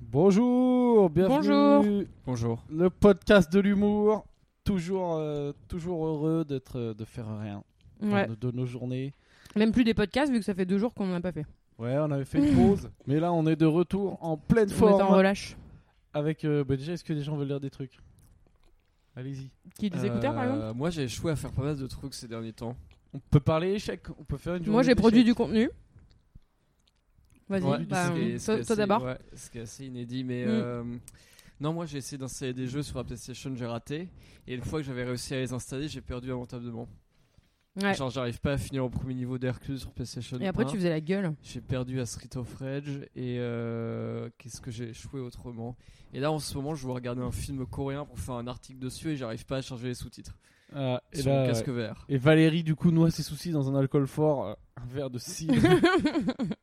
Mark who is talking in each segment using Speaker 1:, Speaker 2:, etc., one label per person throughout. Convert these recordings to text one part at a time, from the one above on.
Speaker 1: Bonjour, bienvenue.
Speaker 2: Bonjour. Bonjour.
Speaker 1: Le podcast de l'humour. Toujours, euh, toujours heureux d'être, euh, de faire rien dans
Speaker 2: Ouais.
Speaker 1: nos- de nos journées.
Speaker 2: Même plus des podcasts vu que ça fait deux jours qu'on n'en a pas fait.
Speaker 1: Ouais, on avait fait une pause, mais là on est de retour en pleine
Speaker 2: On est en
Speaker 1: forme.
Speaker 2: relâche.
Speaker 1: Avec euh, bah, déjà, est-ce que les gens veulent lire des trucs Allez-y.
Speaker 2: Qui des écouteurs par
Speaker 3: Euh,
Speaker 2: exemple
Speaker 3: Moi j'ai échoué à faire pas mal de trucs ces derniers temps.
Speaker 1: On peut parler échec. On peut faire une.
Speaker 2: Moi j'ai produit du contenu. Vas-y,
Speaker 3: Ouais,
Speaker 2: bah,
Speaker 3: ce qui est-
Speaker 2: euh,
Speaker 3: ce qui
Speaker 2: toi,
Speaker 3: est
Speaker 2: toi
Speaker 3: assez-
Speaker 2: d'abord.
Speaker 3: ouais, ce qui est assez inédit, mais
Speaker 2: Mm.
Speaker 3: euh, non, moi j'ai essayé d'installer des jeux sur la PlayStation, j'ai raté. Et une fois que j'avais réussi à les installer, j'ai perdu lamentablement.
Speaker 2: Ouais.
Speaker 3: Genre j'arrive pas à finir au premier niveau d'Hercule sur PlayStation.
Speaker 2: Et après
Speaker 3: 1.
Speaker 2: tu faisais la gueule.
Speaker 3: J'ai perdu à Street of Rage et euh, qu'est-ce que j'ai échoué autrement. Et là en ce moment, je veux regarder un film coréen pour faire un article dessus et j'arrive pas à changer les sous-titres
Speaker 1: Euh, et,
Speaker 3: sur
Speaker 1: là,
Speaker 3: mon casque vert.
Speaker 1: et Valérie du coup noie ses soucis dans un alcool fort, euh, un verre de cidre.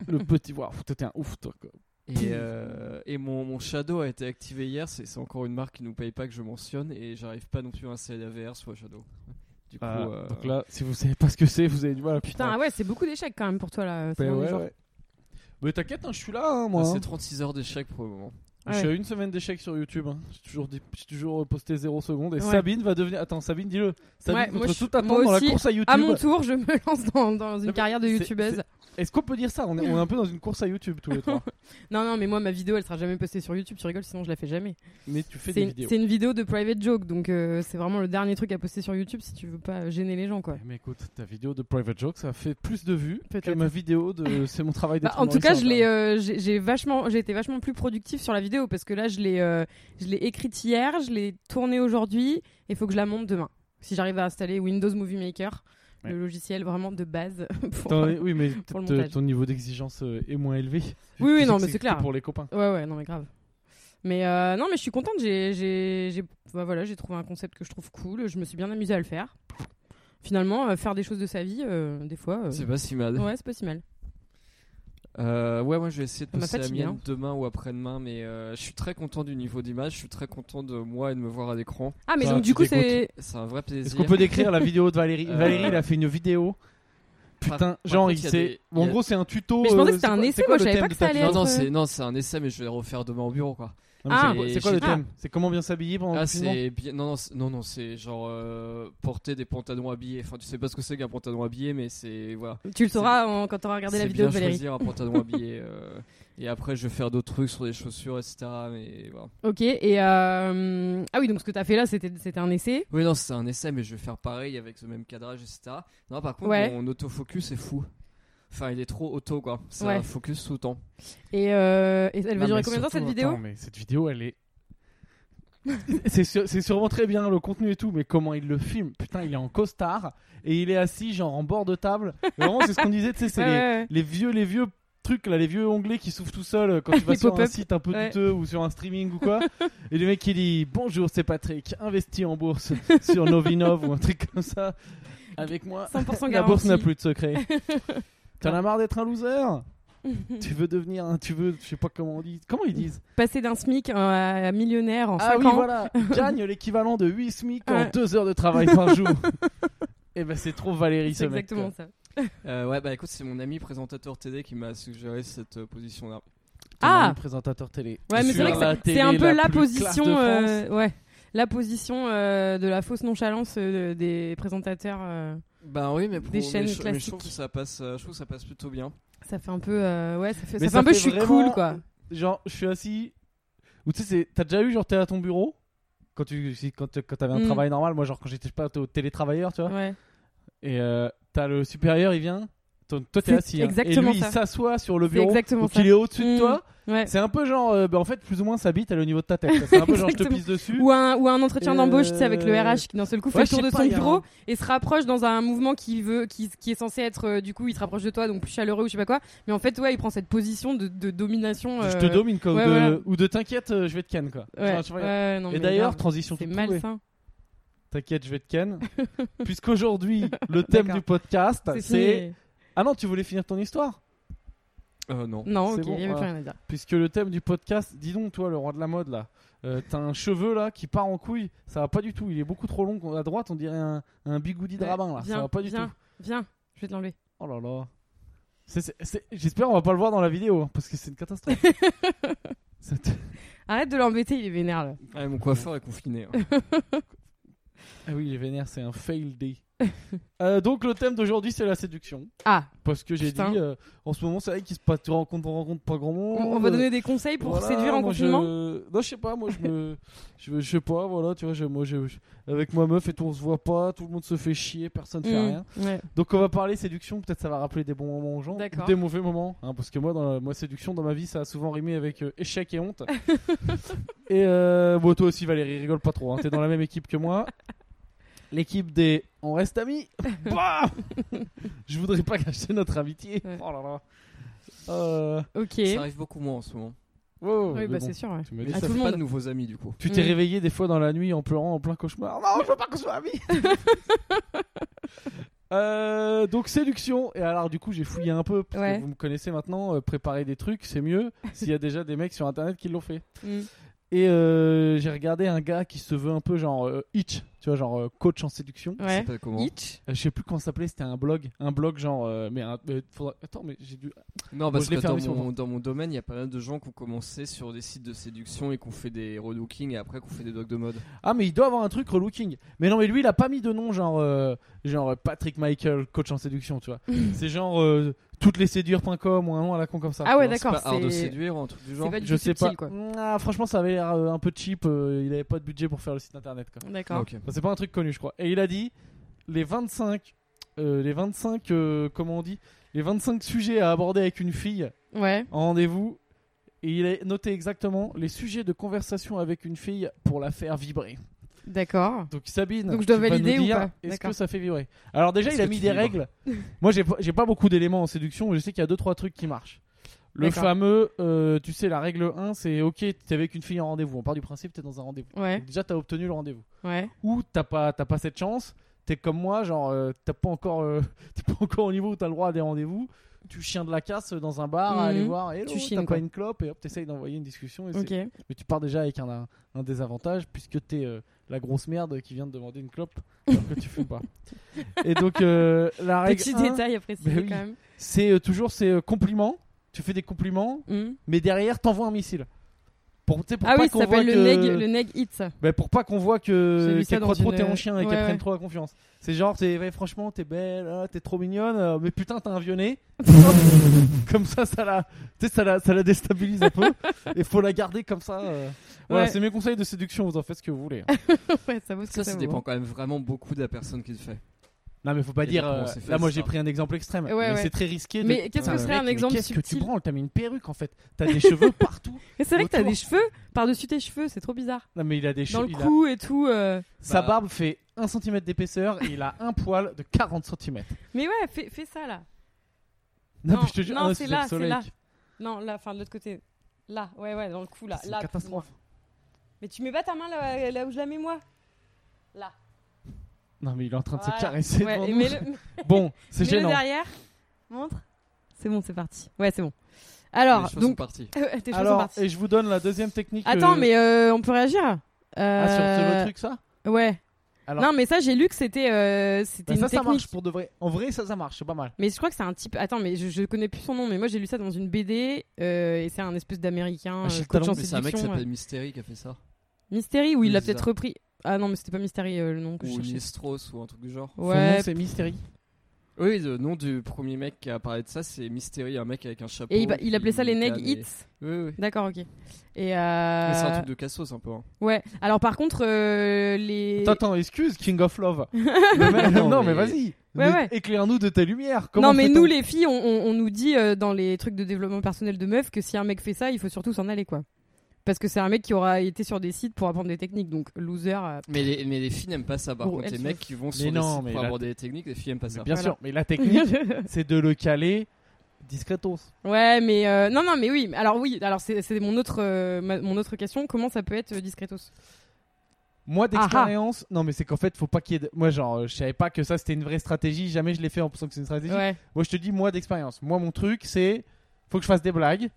Speaker 1: le petit. Waouh, toi, t'es un ouf toi. quoi.
Speaker 3: Et, euh, et mon, mon Shadow a été activé hier, c'est c'est encore une marque qui nous paye pas que je mentionne, et j'arrive pas non plus à installer la VR sur le Shadow. Du coup,
Speaker 1: Ah,
Speaker 3: euh,
Speaker 1: Donc là, si vous savez pas ce que c'est, vous avez du mal. à
Speaker 2: Putain,
Speaker 1: comprendre.
Speaker 2: ah ouais, c'est beaucoup d'échecs quand même pour toi là. ces
Speaker 1: Ben
Speaker 2: derniers
Speaker 1: ouais,
Speaker 2: jours.
Speaker 1: ouais. Mais t'inquiète, hein, je suis là, hein,
Speaker 3: ah,
Speaker 1: moi. hein.
Speaker 3: c'est 36 heures d'échec pour le moment.
Speaker 1: Je suis
Speaker 2: Ouais.
Speaker 1: à une semaine d'échecs sur YouTube. hein. J'ai toujours, dit- j'ai toujours posté 0 secondes. Et
Speaker 2: Ouais.
Speaker 1: Sabine va devenir. Attends, Sabine, dis-le. Sabine,
Speaker 2: Ouais,
Speaker 1: contre
Speaker 2: moi, je-
Speaker 1: toute attente,
Speaker 2: moi
Speaker 1: dans la
Speaker 2: aussi,
Speaker 1: course à YouTube.
Speaker 2: À mon tour, je me lance dans, dans
Speaker 1: mais
Speaker 2: une carrière de
Speaker 1: c'est-
Speaker 2: youtubeuse.
Speaker 1: Est-ce qu'on peut dire ça on est, on est un peu dans une course à YouTube tous les trois.
Speaker 2: Non, non, mais moi ma vidéo elle sera jamais postée sur YouTube, tu rigoles, sinon je la fais jamais.
Speaker 1: Mais tu fais des
Speaker 2: C'est une,
Speaker 1: vidéos.
Speaker 2: c'est une vidéo de private joke, donc euh, c'est vraiment le dernier truc à poster sur YouTube si tu veux pas euh, gêner les gens quoi.
Speaker 1: Mais écoute, ta vidéo de Private Joke, ça a fait plus de vues que
Speaker 2: Peut-être.
Speaker 1: ma vidéo de C'est mon travail
Speaker 2: Bah,
Speaker 1: d'être
Speaker 2: en tout cas,
Speaker 1: humoriste,
Speaker 2: je l'ai,
Speaker 1: hein.
Speaker 2: euh, j'ai j'ai vachement, j'ai été vachement plus productif sur la vidéo parce que là, je l'ai, euh, je l'ai écrite hier, je l'ai tournée aujourd'hui et il faut que je la monte demain. Si j'arrive à installer Windows Movie Maker,
Speaker 1: Ouais.
Speaker 2: le logiciel vraiment de base. Pour...
Speaker 1: Attends,
Speaker 2: Ouais,
Speaker 1: oui, mais
Speaker 2: pour le
Speaker 1: t-
Speaker 2: montage.
Speaker 1: ton niveau d'exigence euh, est moins élevé.
Speaker 2: Oui, oui,
Speaker 1: Tu sais
Speaker 2: non,
Speaker 1: que
Speaker 2: mais c'est
Speaker 1: que
Speaker 2: clair.
Speaker 1: Pour les copains.
Speaker 2: ouais, non mais grave. Mais euh, non, mais je suis contente. J'ai, j'ai, j'ai- bah, voilà, j'ai trouvé un concept que je trouve cool. Je me suis bien amusée à le faire. Finalement, euh, faire des choses de sa vie, euh, des fois, euh,
Speaker 3: C'est pas si mal.
Speaker 2: ouais, c'est pas si mal.
Speaker 3: Euh, ouais, moi je vais essayer de
Speaker 2: Ça m'a
Speaker 3: poster la
Speaker 2: fatigué,
Speaker 3: mienne
Speaker 2: hein.
Speaker 3: demain ou après-demain, mais euh, je suis très content du niveau d'image, je suis très content de moi et de me voir à l'écran.
Speaker 2: Ah, mais
Speaker 1: Ça,
Speaker 2: donc
Speaker 1: tu
Speaker 2: du coup,
Speaker 1: dégoûtes.
Speaker 2: c'est
Speaker 3: C'est un vrai
Speaker 1: Est-ce
Speaker 3: plaisir.
Speaker 1: qu'on peut décrire la vidéo de Valérie
Speaker 3: Euh,
Speaker 1: Valérie, il a fait une vidéo.
Speaker 3: Par-
Speaker 1: Putain,
Speaker 3: par
Speaker 1: genre,
Speaker 3: contre,
Speaker 1: il
Speaker 3: il y a
Speaker 1: s'est.
Speaker 3: des-
Speaker 1: Bon, en
Speaker 3: il y a-
Speaker 1: gros, c'est un tuto.
Speaker 2: Mais je pensais
Speaker 1: euh,
Speaker 2: que c'était
Speaker 1: c'est
Speaker 2: un
Speaker 1: quoi-
Speaker 2: essai,
Speaker 1: c'est quoi
Speaker 2: moi,
Speaker 1: le
Speaker 2: je savais
Speaker 1: thème
Speaker 2: pas
Speaker 1: de
Speaker 2: que ça
Speaker 1: ta
Speaker 2: allait
Speaker 3: Non,
Speaker 1: vidéo
Speaker 2: être-
Speaker 3: non, c'est non, c'est un essai, mais je vais le refaire demain au bureau quoi.
Speaker 1: Non, mais
Speaker 2: Ah.
Speaker 1: c'est quoi- c'est quoi le
Speaker 3: Ah.
Speaker 1: thème C'est comment bien s'habiller pendant le
Speaker 3: Ah,
Speaker 1: confinement
Speaker 3: c'est bien. Non, non, c'est- non, non, c'est genre euh, porter des pantalons habillés. Enfin, tu sais pas ce que c'est qu'un pantalon habillé, mais c'est voilà.
Speaker 2: tu le sauras en- quand t'auras regardé la
Speaker 3: C'est
Speaker 2: vidéo de
Speaker 3: bien
Speaker 2: Valérie.
Speaker 3: choisir un pantalon habillé. euh, et après, je vais faire d'autres trucs sur des chaussures, etc. Mais voilà.
Speaker 2: Ok, et euh, ah oui, donc ce que t'as fait là, c'était c'était un essai.
Speaker 3: Oui, non, c'est un essai, mais je vais faire pareil avec le même cadrage, etc. Non, par contre,
Speaker 2: Ouais.
Speaker 3: mon autofocus est fou. Enfin, il est trop auto, quoi. C'est
Speaker 2: Ouais.
Speaker 3: un focus tout le temps.
Speaker 2: Et, euh, et elle
Speaker 1: Non,
Speaker 2: va durer
Speaker 1: mais
Speaker 2: combien de temps cette
Speaker 1: surtout,
Speaker 2: vidéo
Speaker 1: attends, mais cette vidéo, elle est. c'est sûr- c'est sûrement très bien le contenu et tout, mais comment il le filme Putain, il est en costard et il est assis genre en bord de table. Et vraiment, c'est ce qu'on disait, tu sais, c'est
Speaker 2: Ouais,
Speaker 1: les,
Speaker 2: ouais, ouais.
Speaker 1: les vieux, les vieux trucs là, les vieux onglets qui s'ouvrent tout seuls euh, quand tu vas
Speaker 2: Les
Speaker 1: sur un
Speaker 2: pop-up.
Speaker 1: site un peu
Speaker 2: Ouais.
Speaker 1: douteux ou sur un streaming ou quoi. et le mec il dit bonjour, c'est Patrick, investi en bourse sur Novinov ou un truc comme ça. Avec moi,
Speaker 2: 100%
Speaker 1: la bourse
Speaker 2: garantie.
Speaker 1: n'a plus de secret. T'en as marre d'être un loser Tu veux devenir, un, tu veux, je sais pas comment on dit, comment ils disent
Speaker 2: Passer d'un SMIC à, à millionnaire en
Speaker 1: Ah
Speaker 2: 5
Speaker 1: oui,
Speaker 2: ans.
Speaker 1: voilà, gagne l'équivalent de 8 SMIC en
Speaker 2: Ouais.
Speaker 1: 2 heures de travail par jour. Et ben c'est trop Valérie ce
Speaker 2: C'est
Speaker 1: mec.
Speaker 2: exactement ça.
Speaker 3: Euh, ouais, bah écoute, c'est mon ami présentateur TD qui m'a suggéré cette euh, position-là.
Speaker 1: Ton
Speaker 2: Ah.
Speaker 1: ami présentateur télé.
Speaker 2: Ouais, mais c'est
Speaker 3: Sur
Speaker 2: vrai que
Speaker 1: la
Speaker 2: ça- c'est un
Speaker 1: télé
Speaker 2: peu la,
Speaker 1: plus classe
Speaker 2: position,
Speaker 1: de France.
Speaker 2: euh, ouais, la position euh, de la fausse nonchalance euh, des présentateurs. euh,
Speaker 3: Bah oui, mais pour
Speaker 2: Des
Speaker 3: mais
Speaker 2: chaînes
Speaker 3: je, mais je trouve
Speaker 2: classiques.
Speaker 3: que ça passe, euh, je trouve que ça passe plutôt bien.
Speaker 2: ça fait un peu, euh, ouais, ça fait,
Speaker 1: Mais
Speaker 2: ça fait un peu, je suis
Speaker 1: vraiment-
Speaker 2: cool quoi.
Speaker 1: Genre, je suis assis. Ou tu sais, c'est- t'as déjà eu, genre, t'es à ton bureau quand tu si- quand, t- quand t'avais un
Speaker 2: Mm.
Speaker 1: travail normal. Moi, genre, quand j'étais je sais pas au télétravailleur, tu vois.
Speaker 2: Ouais.
Speaker 1: Et euh, t'as le supérieur, il vient. Ton- Toi, t'es
Speaker 2: C'est
Speaker 1: assis. hein.
Speaker 2: exactement
Speaker 1: et lui,
Speaker 2: ça.
Speaker 1: il s'assoit sur le
Speaker 2: C'est
Speaker 1: bureau.
Speaker 2: exactement
Speaker 1: Donc,
Speaker 2: ça.
Speaker 1: il est au-dessus de
Speaker 2: Mm.
Speaker 1: toi.
Speaker 2: Ouais.
Speaker 1: C'est un peu genre, euh, bah, en fait, plus ou moins, sa bite, elle est au niveau de ta tête. C'est un peu genre, je te
Speaker 2: Exactement.
Speaker 1: pisse dessus.
Speaker 2: Ou un, ou un entretien d'embauche,
Speaker 1: Euh,
Speaker 2: tu sais, avec le RH qui d'un seul coup fait
Speaker 1: ouais,
Speaker 2: le tour
Speaker 1: je sais
Speaker 2: de
Speaker 1: pas,
Speaker 2: son
Speaker 1: y a un-
Speaker 2: bureau et se rapproche dans un mouvement qui veut, qui, qui est censé être, euh, du coup, il se rapproche de toi, donc plus chaleureux ou je sais pas quoi. Mais en fait, ouais, il prend cette position de, de domination.
Speaker 1: Je
Speaker 2: euh,
Speaker 1: te domine, quoi.
Speaker 2: ouais,
Speaker 1: ou de,
Speaker 2: voilà.
Speaker 1: ou de t'inquiète, euh, je vais te ken, quoi.
Speaker 2: Ouais,
Speaker 1: Genre, tu vois,
Speaker 2: ouais, non,
Speaker 1: et
Speaker 2: mais
Speaker 1: d'ailleurs,
Speaker 2: grave,
Speaker 1: transition
Speaker 2: c'est
Speaker 1: toute trouvée.
Speaker 2: malsain.
Speaker 1: T'inquiète, je vais te ken. Puisqu'aujourd'hui, le thème
Speaker 2: D'accord.
Speaker 1: du podcast, c'est.
Speaker 2: fini.
Speaker 1: Ah non, tu voulais finir ton histoire
Speaker 3: Euh, non.
Speaker 2: Non,
Speaker 1: c'est
Speaker 2: ok,
Speaker 1: bon,
Speaker 2: il y avait plus
Speaker 1: voilà.
Speaker 2: rien à dire.
Speaker 1: Puisque le thème du podcast, dis donc toi le roi de la mode là, euh, t'as un cheveu là qui part en couille, ça va pas du tout, il est beaucoup trop long, à droite on dirait un, un bigoudi de
Speaker 2: Ouais,
Speaker 1: rabbin hein, là, ça
Speaker 2: viens,
Speaker 1: va pas du
Speaker 2: viens,
Speaker 1: tout.
Speaker 2: Viens, je vais te l'enlever.
Speaker 1: Oh là là. C'est- c'est- c'est- J'espère on va pas le voir dans la vidéo, hein, parce que c'est une catastrophe. Ça te-
Speaker 2: Arrête de l'embêter, il est vénère là.
Speaker 3: Ah, mon coiffeur est confiné. hein.
Speaker 1: Ah oui, les vénères, c'est un fail day. Euh, donc le thème d'aujourd'hui, c'est la séduction.
Speaker 2: Ah,
Speaker 1: Parce que j'ai dit,
Speaker 2: Putain.
Speaker 1: euh, en ce moment, c'est vrai qu'il se passe, tu rencontres, on rencontre pas grand monde.
Speaker 2: on, on va donner des conseils pour
Speaker 1: bah, Voilà,
Speaker 2: séduire en
Speaker 1: moi, je-
Speaker 2: confinement
Speaker 1: Non, je sais pas, moi je me. je, je sais pas, voilà, tu vois, je- moi je, je- avec ma meuf et tout, on se voit pas, tout le monde se fait chier, personne fait
Speaker 2: Mm,
Speaker 1: rien.
Speaker 2: ouais.
Speaker 1: Donc on va parler séduction, peut-être ça va rappeler des bons moments aux gens,
Speaker 2: D'accord.
Speaker 1: ou des mauvais moments, hein, parce que moi, dans la- moi séduction dans ma vie, ça a souvent rimé avec euh, échec et honte. et euh, bon, toi aussi Valérie, rigole pas trop, hein, t'es dans la même équipe que moi. L'équipe des on reste amis. Bam je voudrais pas gâcher notre amitié.
Speaker 2: Ouais.
Speaker 1: Oh là là. Euh,
Speaker 2: Ok.
Speaker 3: Ça arrive beaucoup moins en ce moment.
Speaker 1: wow,
Speaker 2: Oui,
Speaker 1: mais
Speaker 2: bah
Speaker 1: bon,
Speaker 2: c'est sûr. ouais.
Speaker 1: tu m'as
Speaker 3: Mais
Speaker 1: dit
Speaker 2: À
Speaker 3: ça
Speaker 1: ça
Speaker 2: tout
Speaker 3: fait
Speaker 2: le
Speaker 3: pas
Speaker 2: monde.
Speaker 3: de nouveaux amis du coup.
Speaker 1: tu t'es
Speaker 2: Mm.
Speaker 1: réveillé des fois dans la nuit en pleurant, en plein cauchemar. Non, je veux pas qu'on soit amis. Euh, donc séduction. Et alors du coup, j'ai fouillé un peu parce
Speaker 2: Ouais.
Speaker 1: que vous me connaissez maintenant. euh, préparer des trucs, c'est mieux. S'il y a déjà des mecs sur internet qui l'ont fait.
Speaker 2: Mm.
Speaker 1: Et euh, j'ai regardé un gars qui se veut un peu genre euh, Hitch, tu vois, genre euh, coach en séduction.
Speaker 3: Ça
Speaker 2: Ouais.
Speaker 3: s'appelle comment
Speaker 2: Hitch
Speaker 1: Euh, je sais plus comment ça s'appelait. C'était un blog, un blog genre. euh, mais, un- mais faudra- attends, mais j'ai dû.
Speaker 3: Non,
Speaker 1: je
Speaker 3: parce
Speaker 1: l'ai
Speaker 3: que dans
Speaker 1: fermé sur
Speaker 3: mon, dans mon domaine, il y a pas mal de gens qui ont commencé sur des sites de séduction et qui ont fait des relooking et après qui ont fait des docs de mode.
Speaker 1: Ah mais il doit avoir un truc relooking. Mais non mais lui il a pas mis de nom genre euh, genre Patrick Michael coach en séduction tu vois. c'est genre euh, toutes les séduire.com ou un nom à la con comme ça.
Speaker 2: Ah ouais,
Speaker 3: Non, c'est
Speaker 2: d'accord.
Speaker 3: pas art de
Speaker 2: c'est-
Speaker 3: séduire, un truc du
Speaker 2: C'est
Speaker 3: genre.
Speaker 2: pas du
Speaker 1: Je
Speaker 2: tout
Speaker 1: sais
Speaker 2: subtil,
Speaker 1: pas.
Speaker 2: quoi.
Speaker 1: Ah, franchement ça avait l'air euh, un peu cheap. euh, il avait pas de budget pour faire le site internet quoi.
Speaker 2: D'accord.
Speaker 3: Ah, Ok.
Speaker 1: Enfin, c'est pas un truc connu je crois. Et il a dit les 25 euh, les 25 euh, comment on dit les 25 sujets à aborder avec une fille
Speaker 2: Ouais.
Speaker 1: en rendez-vous. Et il a noté exactement les sujets de conversation avec une fille pour la faire vibrer.
Speaker 2: D'accord.
Speaker 1: Donc Sabine,
Speaker 2: Donc, je dois
Speaker 1: tu vas
Speaker 2: valider
Speaker 1: nous
Speaker 2: ou
Speaker 1: dire,
Speaker 2: pas
Speaker 1: Est-ce
Speaker 2: D'accord.
Speaker 1: que ça fait vibrer Alors déjà,
Speaker 3: Est-ce
Speaker 1: il a
Speaker 3: que
Speaker 1: mis
Speaker 3: tu
Speaker 1: des
Speaker 3: vibres
Speaker 1: règles. Moi, j'ai pas- j'ai pas beaucoup d'éléments en séduction, mais je sais qu'il y a deux trois trucs qui marchent. Le
Speaker 2: D'accord.
Speaker 1: fameux, euh, tu sais, la règle 1, c'est OK, t'es avec une fille en rendez-vous. On part du principe, t'es dans un rendez-vous.
Speaker 2: Ouais.
Speaker 1: Donc Déjà, t'as obtenu le rendez-vous.
Speaker 2: Ouais.
Speaker 1: Ou t'as pas, t'as pas cette chance. T'es comme moi, genre euh, t'as pas encore, euh, t'es pas encore au niveau où t'as le droit à des rendez-vous. Tu chiens de la casse dans un bar à
Speaker 2: Mhm.
Speaker 1: aller voir. Hello,
Speaker 2: Tu chines,
Speaker 1: t'as
Speaker 2: quoi.
Speaker 1: pas une clope et hop, t'essayes d'envoyer une discussion. Et c'est-
Speaker 2: Ok.
Speaker 1: mais tu pars déjà avec un, un, un désavantage puisque t'es euh, la grosse merde qui vient de demander une clope alors que tu fumes pas. Et donc euh, la règle
Speaker 2: Petit
Speaker 1: 1,
Speaker 2: détail à préciser
Speaker 1: Bah oui.
Speaker 2: quand même.
Speaker 1: c'est euh, toujours c'est euh, compliments. Tu fais des compliments,
Speaker 2: Mm.
Speaker 1: mais derrière t'envoies un missile. Pour, tu sais, pour
Speaker 2: Ah
Speaker 1: pas
Speaker 2: oui, ça
Speaker 1: qu'on voit
Speaker 2: s'appelle
Speaker 1: que
Speaker 2: le neg, le neg hit. ça.
Speaker 1: bah, pour pas qu'on voit
Speaker 2: J'ai
Speaker 1: que
Speaker 2: vu ça
Speaker 1: qu'elle
Speaker 2: dans
Speaker 1: croit trop
Speaker 2: une- euh,
Speaker 1: t'es en chien et
Speaker 2: Ouais,
Speaker 1: qu'elle
Speaker 2: ouais.
Speaker 1: prenne trop la confiance. C'est genre t'es ouais, franchement t'es belle, ah, t'es trop mignonne, euh, mais putain t'as un vieux nez. comme ça ça la tu sais, ça la ça la déstabilise un peu et faut la garder comme ça. euh. Voilà,
Speaker 2: Ouais.
Speaker 1: c'est mes conseils de séduction, vous en faites ce que vous voulez.
Speaker 2: ouais, ça vaut ce que ça
Speaker 3: Ça, ça
Speaker 2: vaut.
Speaker 3: dépend quand même vraiment beaucoup de la personne qui le fait.
Speaker 1: Non mais faut pas
Speaker 3: Et
Speaker 1: dire.
Speaker 3: donc, on
Speaker 1: euh,
Speaker 3: s'est fait
Speaker 1: là moi
Speaker 3: ça.
Speaker 1: j'ai pris un exemple extrême.
Speaker 2: hein. Ouais,
Speaker 1: mais
Speaker 2: ouais.
Speaker 1: c'est très risqué. de-
Speaker 2: Mais qu'est-ce
Speaker 3: que
Speaker 1: Ouais.
Speaker 2: serait un
Speaker 1: Mec, Ah, mais
Speaker 2: exemple
Speaker 1: Qu'est-ce que tu
Speaker 2: subtil
Speaker 1: branles T'as mis une perruque en fait. T'as des cheveux partout.
Speaker 2: Mais c'est vrai que t'as
Speaker 1: autour.
Speaker 2: des cheveux par-dessus tes cheveux, c'est trop bizarre.
Speaker 1: Non mais il a des cheveux.
Speaker 2: Dans le
Speaker 1: il a-
Speaker 2: cou et tout. euh.
Speaker 1: Sa
Speaker 3: Bah.
Speaker 1: barbe fait 1 cm d'épaisseur et il a un poil de 40 cm.
Speaker 2: Mais ouais, fais, fais ça là.
Speaker 1: Non,
Speaker 2: Non,
Speaker 1: mais je te jure.
Speaker 2: non,
Speaker 1: ah,
Speaker 2: c'est
Speaker 1: le
Speaker 2: là, c'est
Speaker 1: soleil.
Speaker 2: là. Non, là, enfin de l'autre côté. Là, ouais, ouais, dans le cou là.
Speaker 1: C'est une
Speaker 2: là plus
Speaker 1: catastrophe.
Speaker 2: loin. Mais tu mets pas ta main là, là où je la mets moi Là.
Speaker 1: Non mais il est en train de
Speaker 2: Voilà.
Speaker 1: se caresser
Speaker 2: Ouais,
Speaker 1: devant
Speaker 2: et
Speaker 1: nous.
Speaker 2: mets-le-
Speaker 1: Bon, c'est
Speaker 2: mets-le
Speaker 1: gênant.
Speaker 2: derrière. Montre. C'est bon, c'est parti. Ouais, c'est bon. Alors,
Speaker 3: Les choses sont
Speaker 2: donc. Ah,
Speaker 3: parties.
Speaker 2: tes choses sont
Speaker 1: Alors,
Speaker 2: parties.
Speaker 1: et je vous donne la deuxième technique.
Speaker 2: Attends,
Speaker 1: euh,
Speaker 2: mais euh, on peut réagir
Speaker 1: ah, sur ce
Speaker 2: Euh,
Speaker 1: le truc ça.
Speaker 2: Ouais.
Speaker 1: Alors-
Speaker 2: non, mais ça, j'ai lu que c'était euh,
Speaker 1: Bah,
Speaker 2: c'était une
Speaker 1: ça, ça
Speaker 2: technique.
Speaker 1: marche pour de vrai. En vrai, ça, ça marche, c'est pas mal.
Speaker 2: Mais je crois que c'est un type. Attends, mais je, je connais plus son nom, mais moi j'ai lu ça dans une BD euh, et c'est un espèce d'américain.
Speaker 1: Achille
Speaker 2: euh, coach
Speaker 1: Ah, Talon,
Speaker 2: en
Speaker 1: Sans
Speaker 3: Mais c'est un mec qui
Speaker 2: séduction,
Speaker 3: s'appelle
Speaker 2: euh.
Speaker 3: Mystery qui a fait ça.
Speaker 2: Mystery, où il l'a
Speaker 3: Lisa.
Speaker 2: peut-être repris. Ah non, mais c'était pas Mystery euh, le nom que je
Speaker 3: Ou
Speaker 2: cherchais.
Speaker 3: Neil Strauss ou un truc du genre.
Speaker 1: Son
Speaker 2: Ouais.
Speaker 1: nom, c'est Mystery.
Speaker 3: Oui, le nom du premier mec qui a parlé de ça, c'est Mystery, un mec avec un chapeau.
Speaker 2: Et il, il
Speaker 3: qui
Speaker 2: appelait ça les
Speaker 3: canne
Speaker 2: neg
Speaker 3: et-
Speaker 2: hits.
Speaker 3: Oui, oui.
Speaker 2: D'accord, ok. Et
Speaker 3: Mais c'est un
Speaker 2: euh...
Speaker 3: truc de cassos un peu. hein.
Speaker 2: ouais. Alors par contre, euh, les.
Speaker 1: Attends, attends, excuse, King of Love.
Speaker 3: Le mec-
Speaker 1: non, mais, vas-y.
Speaker 2: Ouais,
Speaker 1: Mais
Speaker 2: ouais.
Speaker 1: Éclaire-nous de ta lumière. Comment
Speaker 2: non, mais
Speaker 1: fait-on
Speaker 2: nous les filles, on, on- on nous dit euh, dans les trucs de développement personnel de meufs que si un mec fait ça, il faut surtout s'en aller, quoi. Parce que c'est un mec qui aura été sur des sites pour apprendre des techniques, donc loser. euh,
Speaker 3: Mais les, mais les filles n'aiment pas ça, par
Speaker 2: Bon,
Speaker 3: contre.
Speaker 2: elles
Speaker 3: Les
Speaker 2: se-
Speaker 3: mecs qui vont sur des
Speaker 1: non,
Speaker 3: sites
Speaker 1: mais
Speaker 3: pour
Speaker 1: la-
Speaker 3: aborder des techniques, les filles n'aiment pas ça.
Speaker 1: Bien
Speaker 2: Voilà.
Speaker 1: sûr, mais la technique, c'est de le caler discretos.
Speaker 2: Ouais, mais euh, non, non, mais oui. Alors oui, alors c'est c'est mon autre, euh, ma- mon autre question. Comment ça peut être euh, discretos
Speaker 1: Moi
Speaker 2: Ah, ah.
Speaker 1: d'expérience, non mais c'est qu'en fait faut pas qu'il y ait. de- Moi genre euh, je savais pas que ça c'était une vraie stratégie, jamais je l'ai fait en pensant que c'est une stratégie.
Speaker 2: Ouais.
Speaker 1: Moi je te dis moi d'expérience. Moi mon truc c'est faut que je fasse des blagues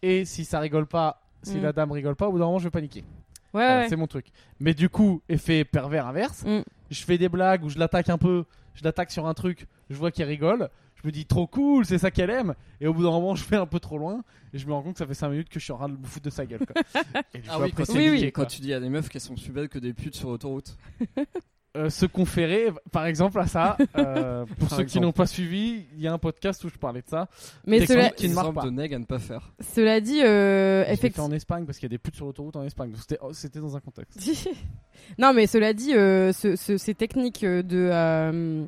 Speaker 1: et si ça rigole pas, si
Speaker 2: Mm.
Speaker 1: la dame rigole pas, au bout d'un moment je vais paniquer.
Speaker 2: Ouais,
Speaker 1: Voilà,
Speaker 2: Ah ouais.
Speaker 1: Euh, C'est mon truc. Mais du coup effet pervers inverse,
Speaker 2: Mm.
Speaker 1: je fais des blagues où je l'attaque un peu, je l'attaque sur un truc, je vois qu'il rigole, je Je me dis trop cool, c'est ça qu'elle aime. Et au bout d'un moment, je vais un peu trop loin et je me rends compte que ça fait 5 minutes que je suis en train de me foutre de sa gueule. Quoi. Et du
Speaker 3: Ah
Speaker 1: coup,
Speaker 3: oui,
Speaker 1: après,
Speaker 3: quand,
Speaker 1: c'est
Speaker 3: tu dis-
Speaker 1: niqué,
Speaker 3: quand
Speaker 1: quoi.
Speaker 3: tu dis à des meufs qu'elles sont plus belles que des putes sur autoroute.
Speaker 1: Euh, se conférer, par exemple, à ça. euh, pour
Speaker 3: Par
Speaker 1: ceux qui
Speaker 3: exemple.
Speaker 1: n'ont pas suivi, il y a un podcast où je parlais de ça.
Speaker 2: Mais
Speaker 1: Technique.
Speaker 2: cela,
Speaker 1: qui ne
Speaker 3: Une
Speaker 1: marque
Speaker 3: sorte
Speaker 1: pas.
Speaker 3: de neg à ne pas faire.
Speaker 2: cela dit, euh,
Speaker 1: Je l'ai fait
Speaker 2: effectivement.
Speaker 1: en Espagne parce qu'il y a des putes sur l'autoroute en Espagne. Donc c'était- oh, C'était dans un contexte.
Speaker 2: non, mais cela dit, euh, ce- ce- ces techniques euh, de. euh,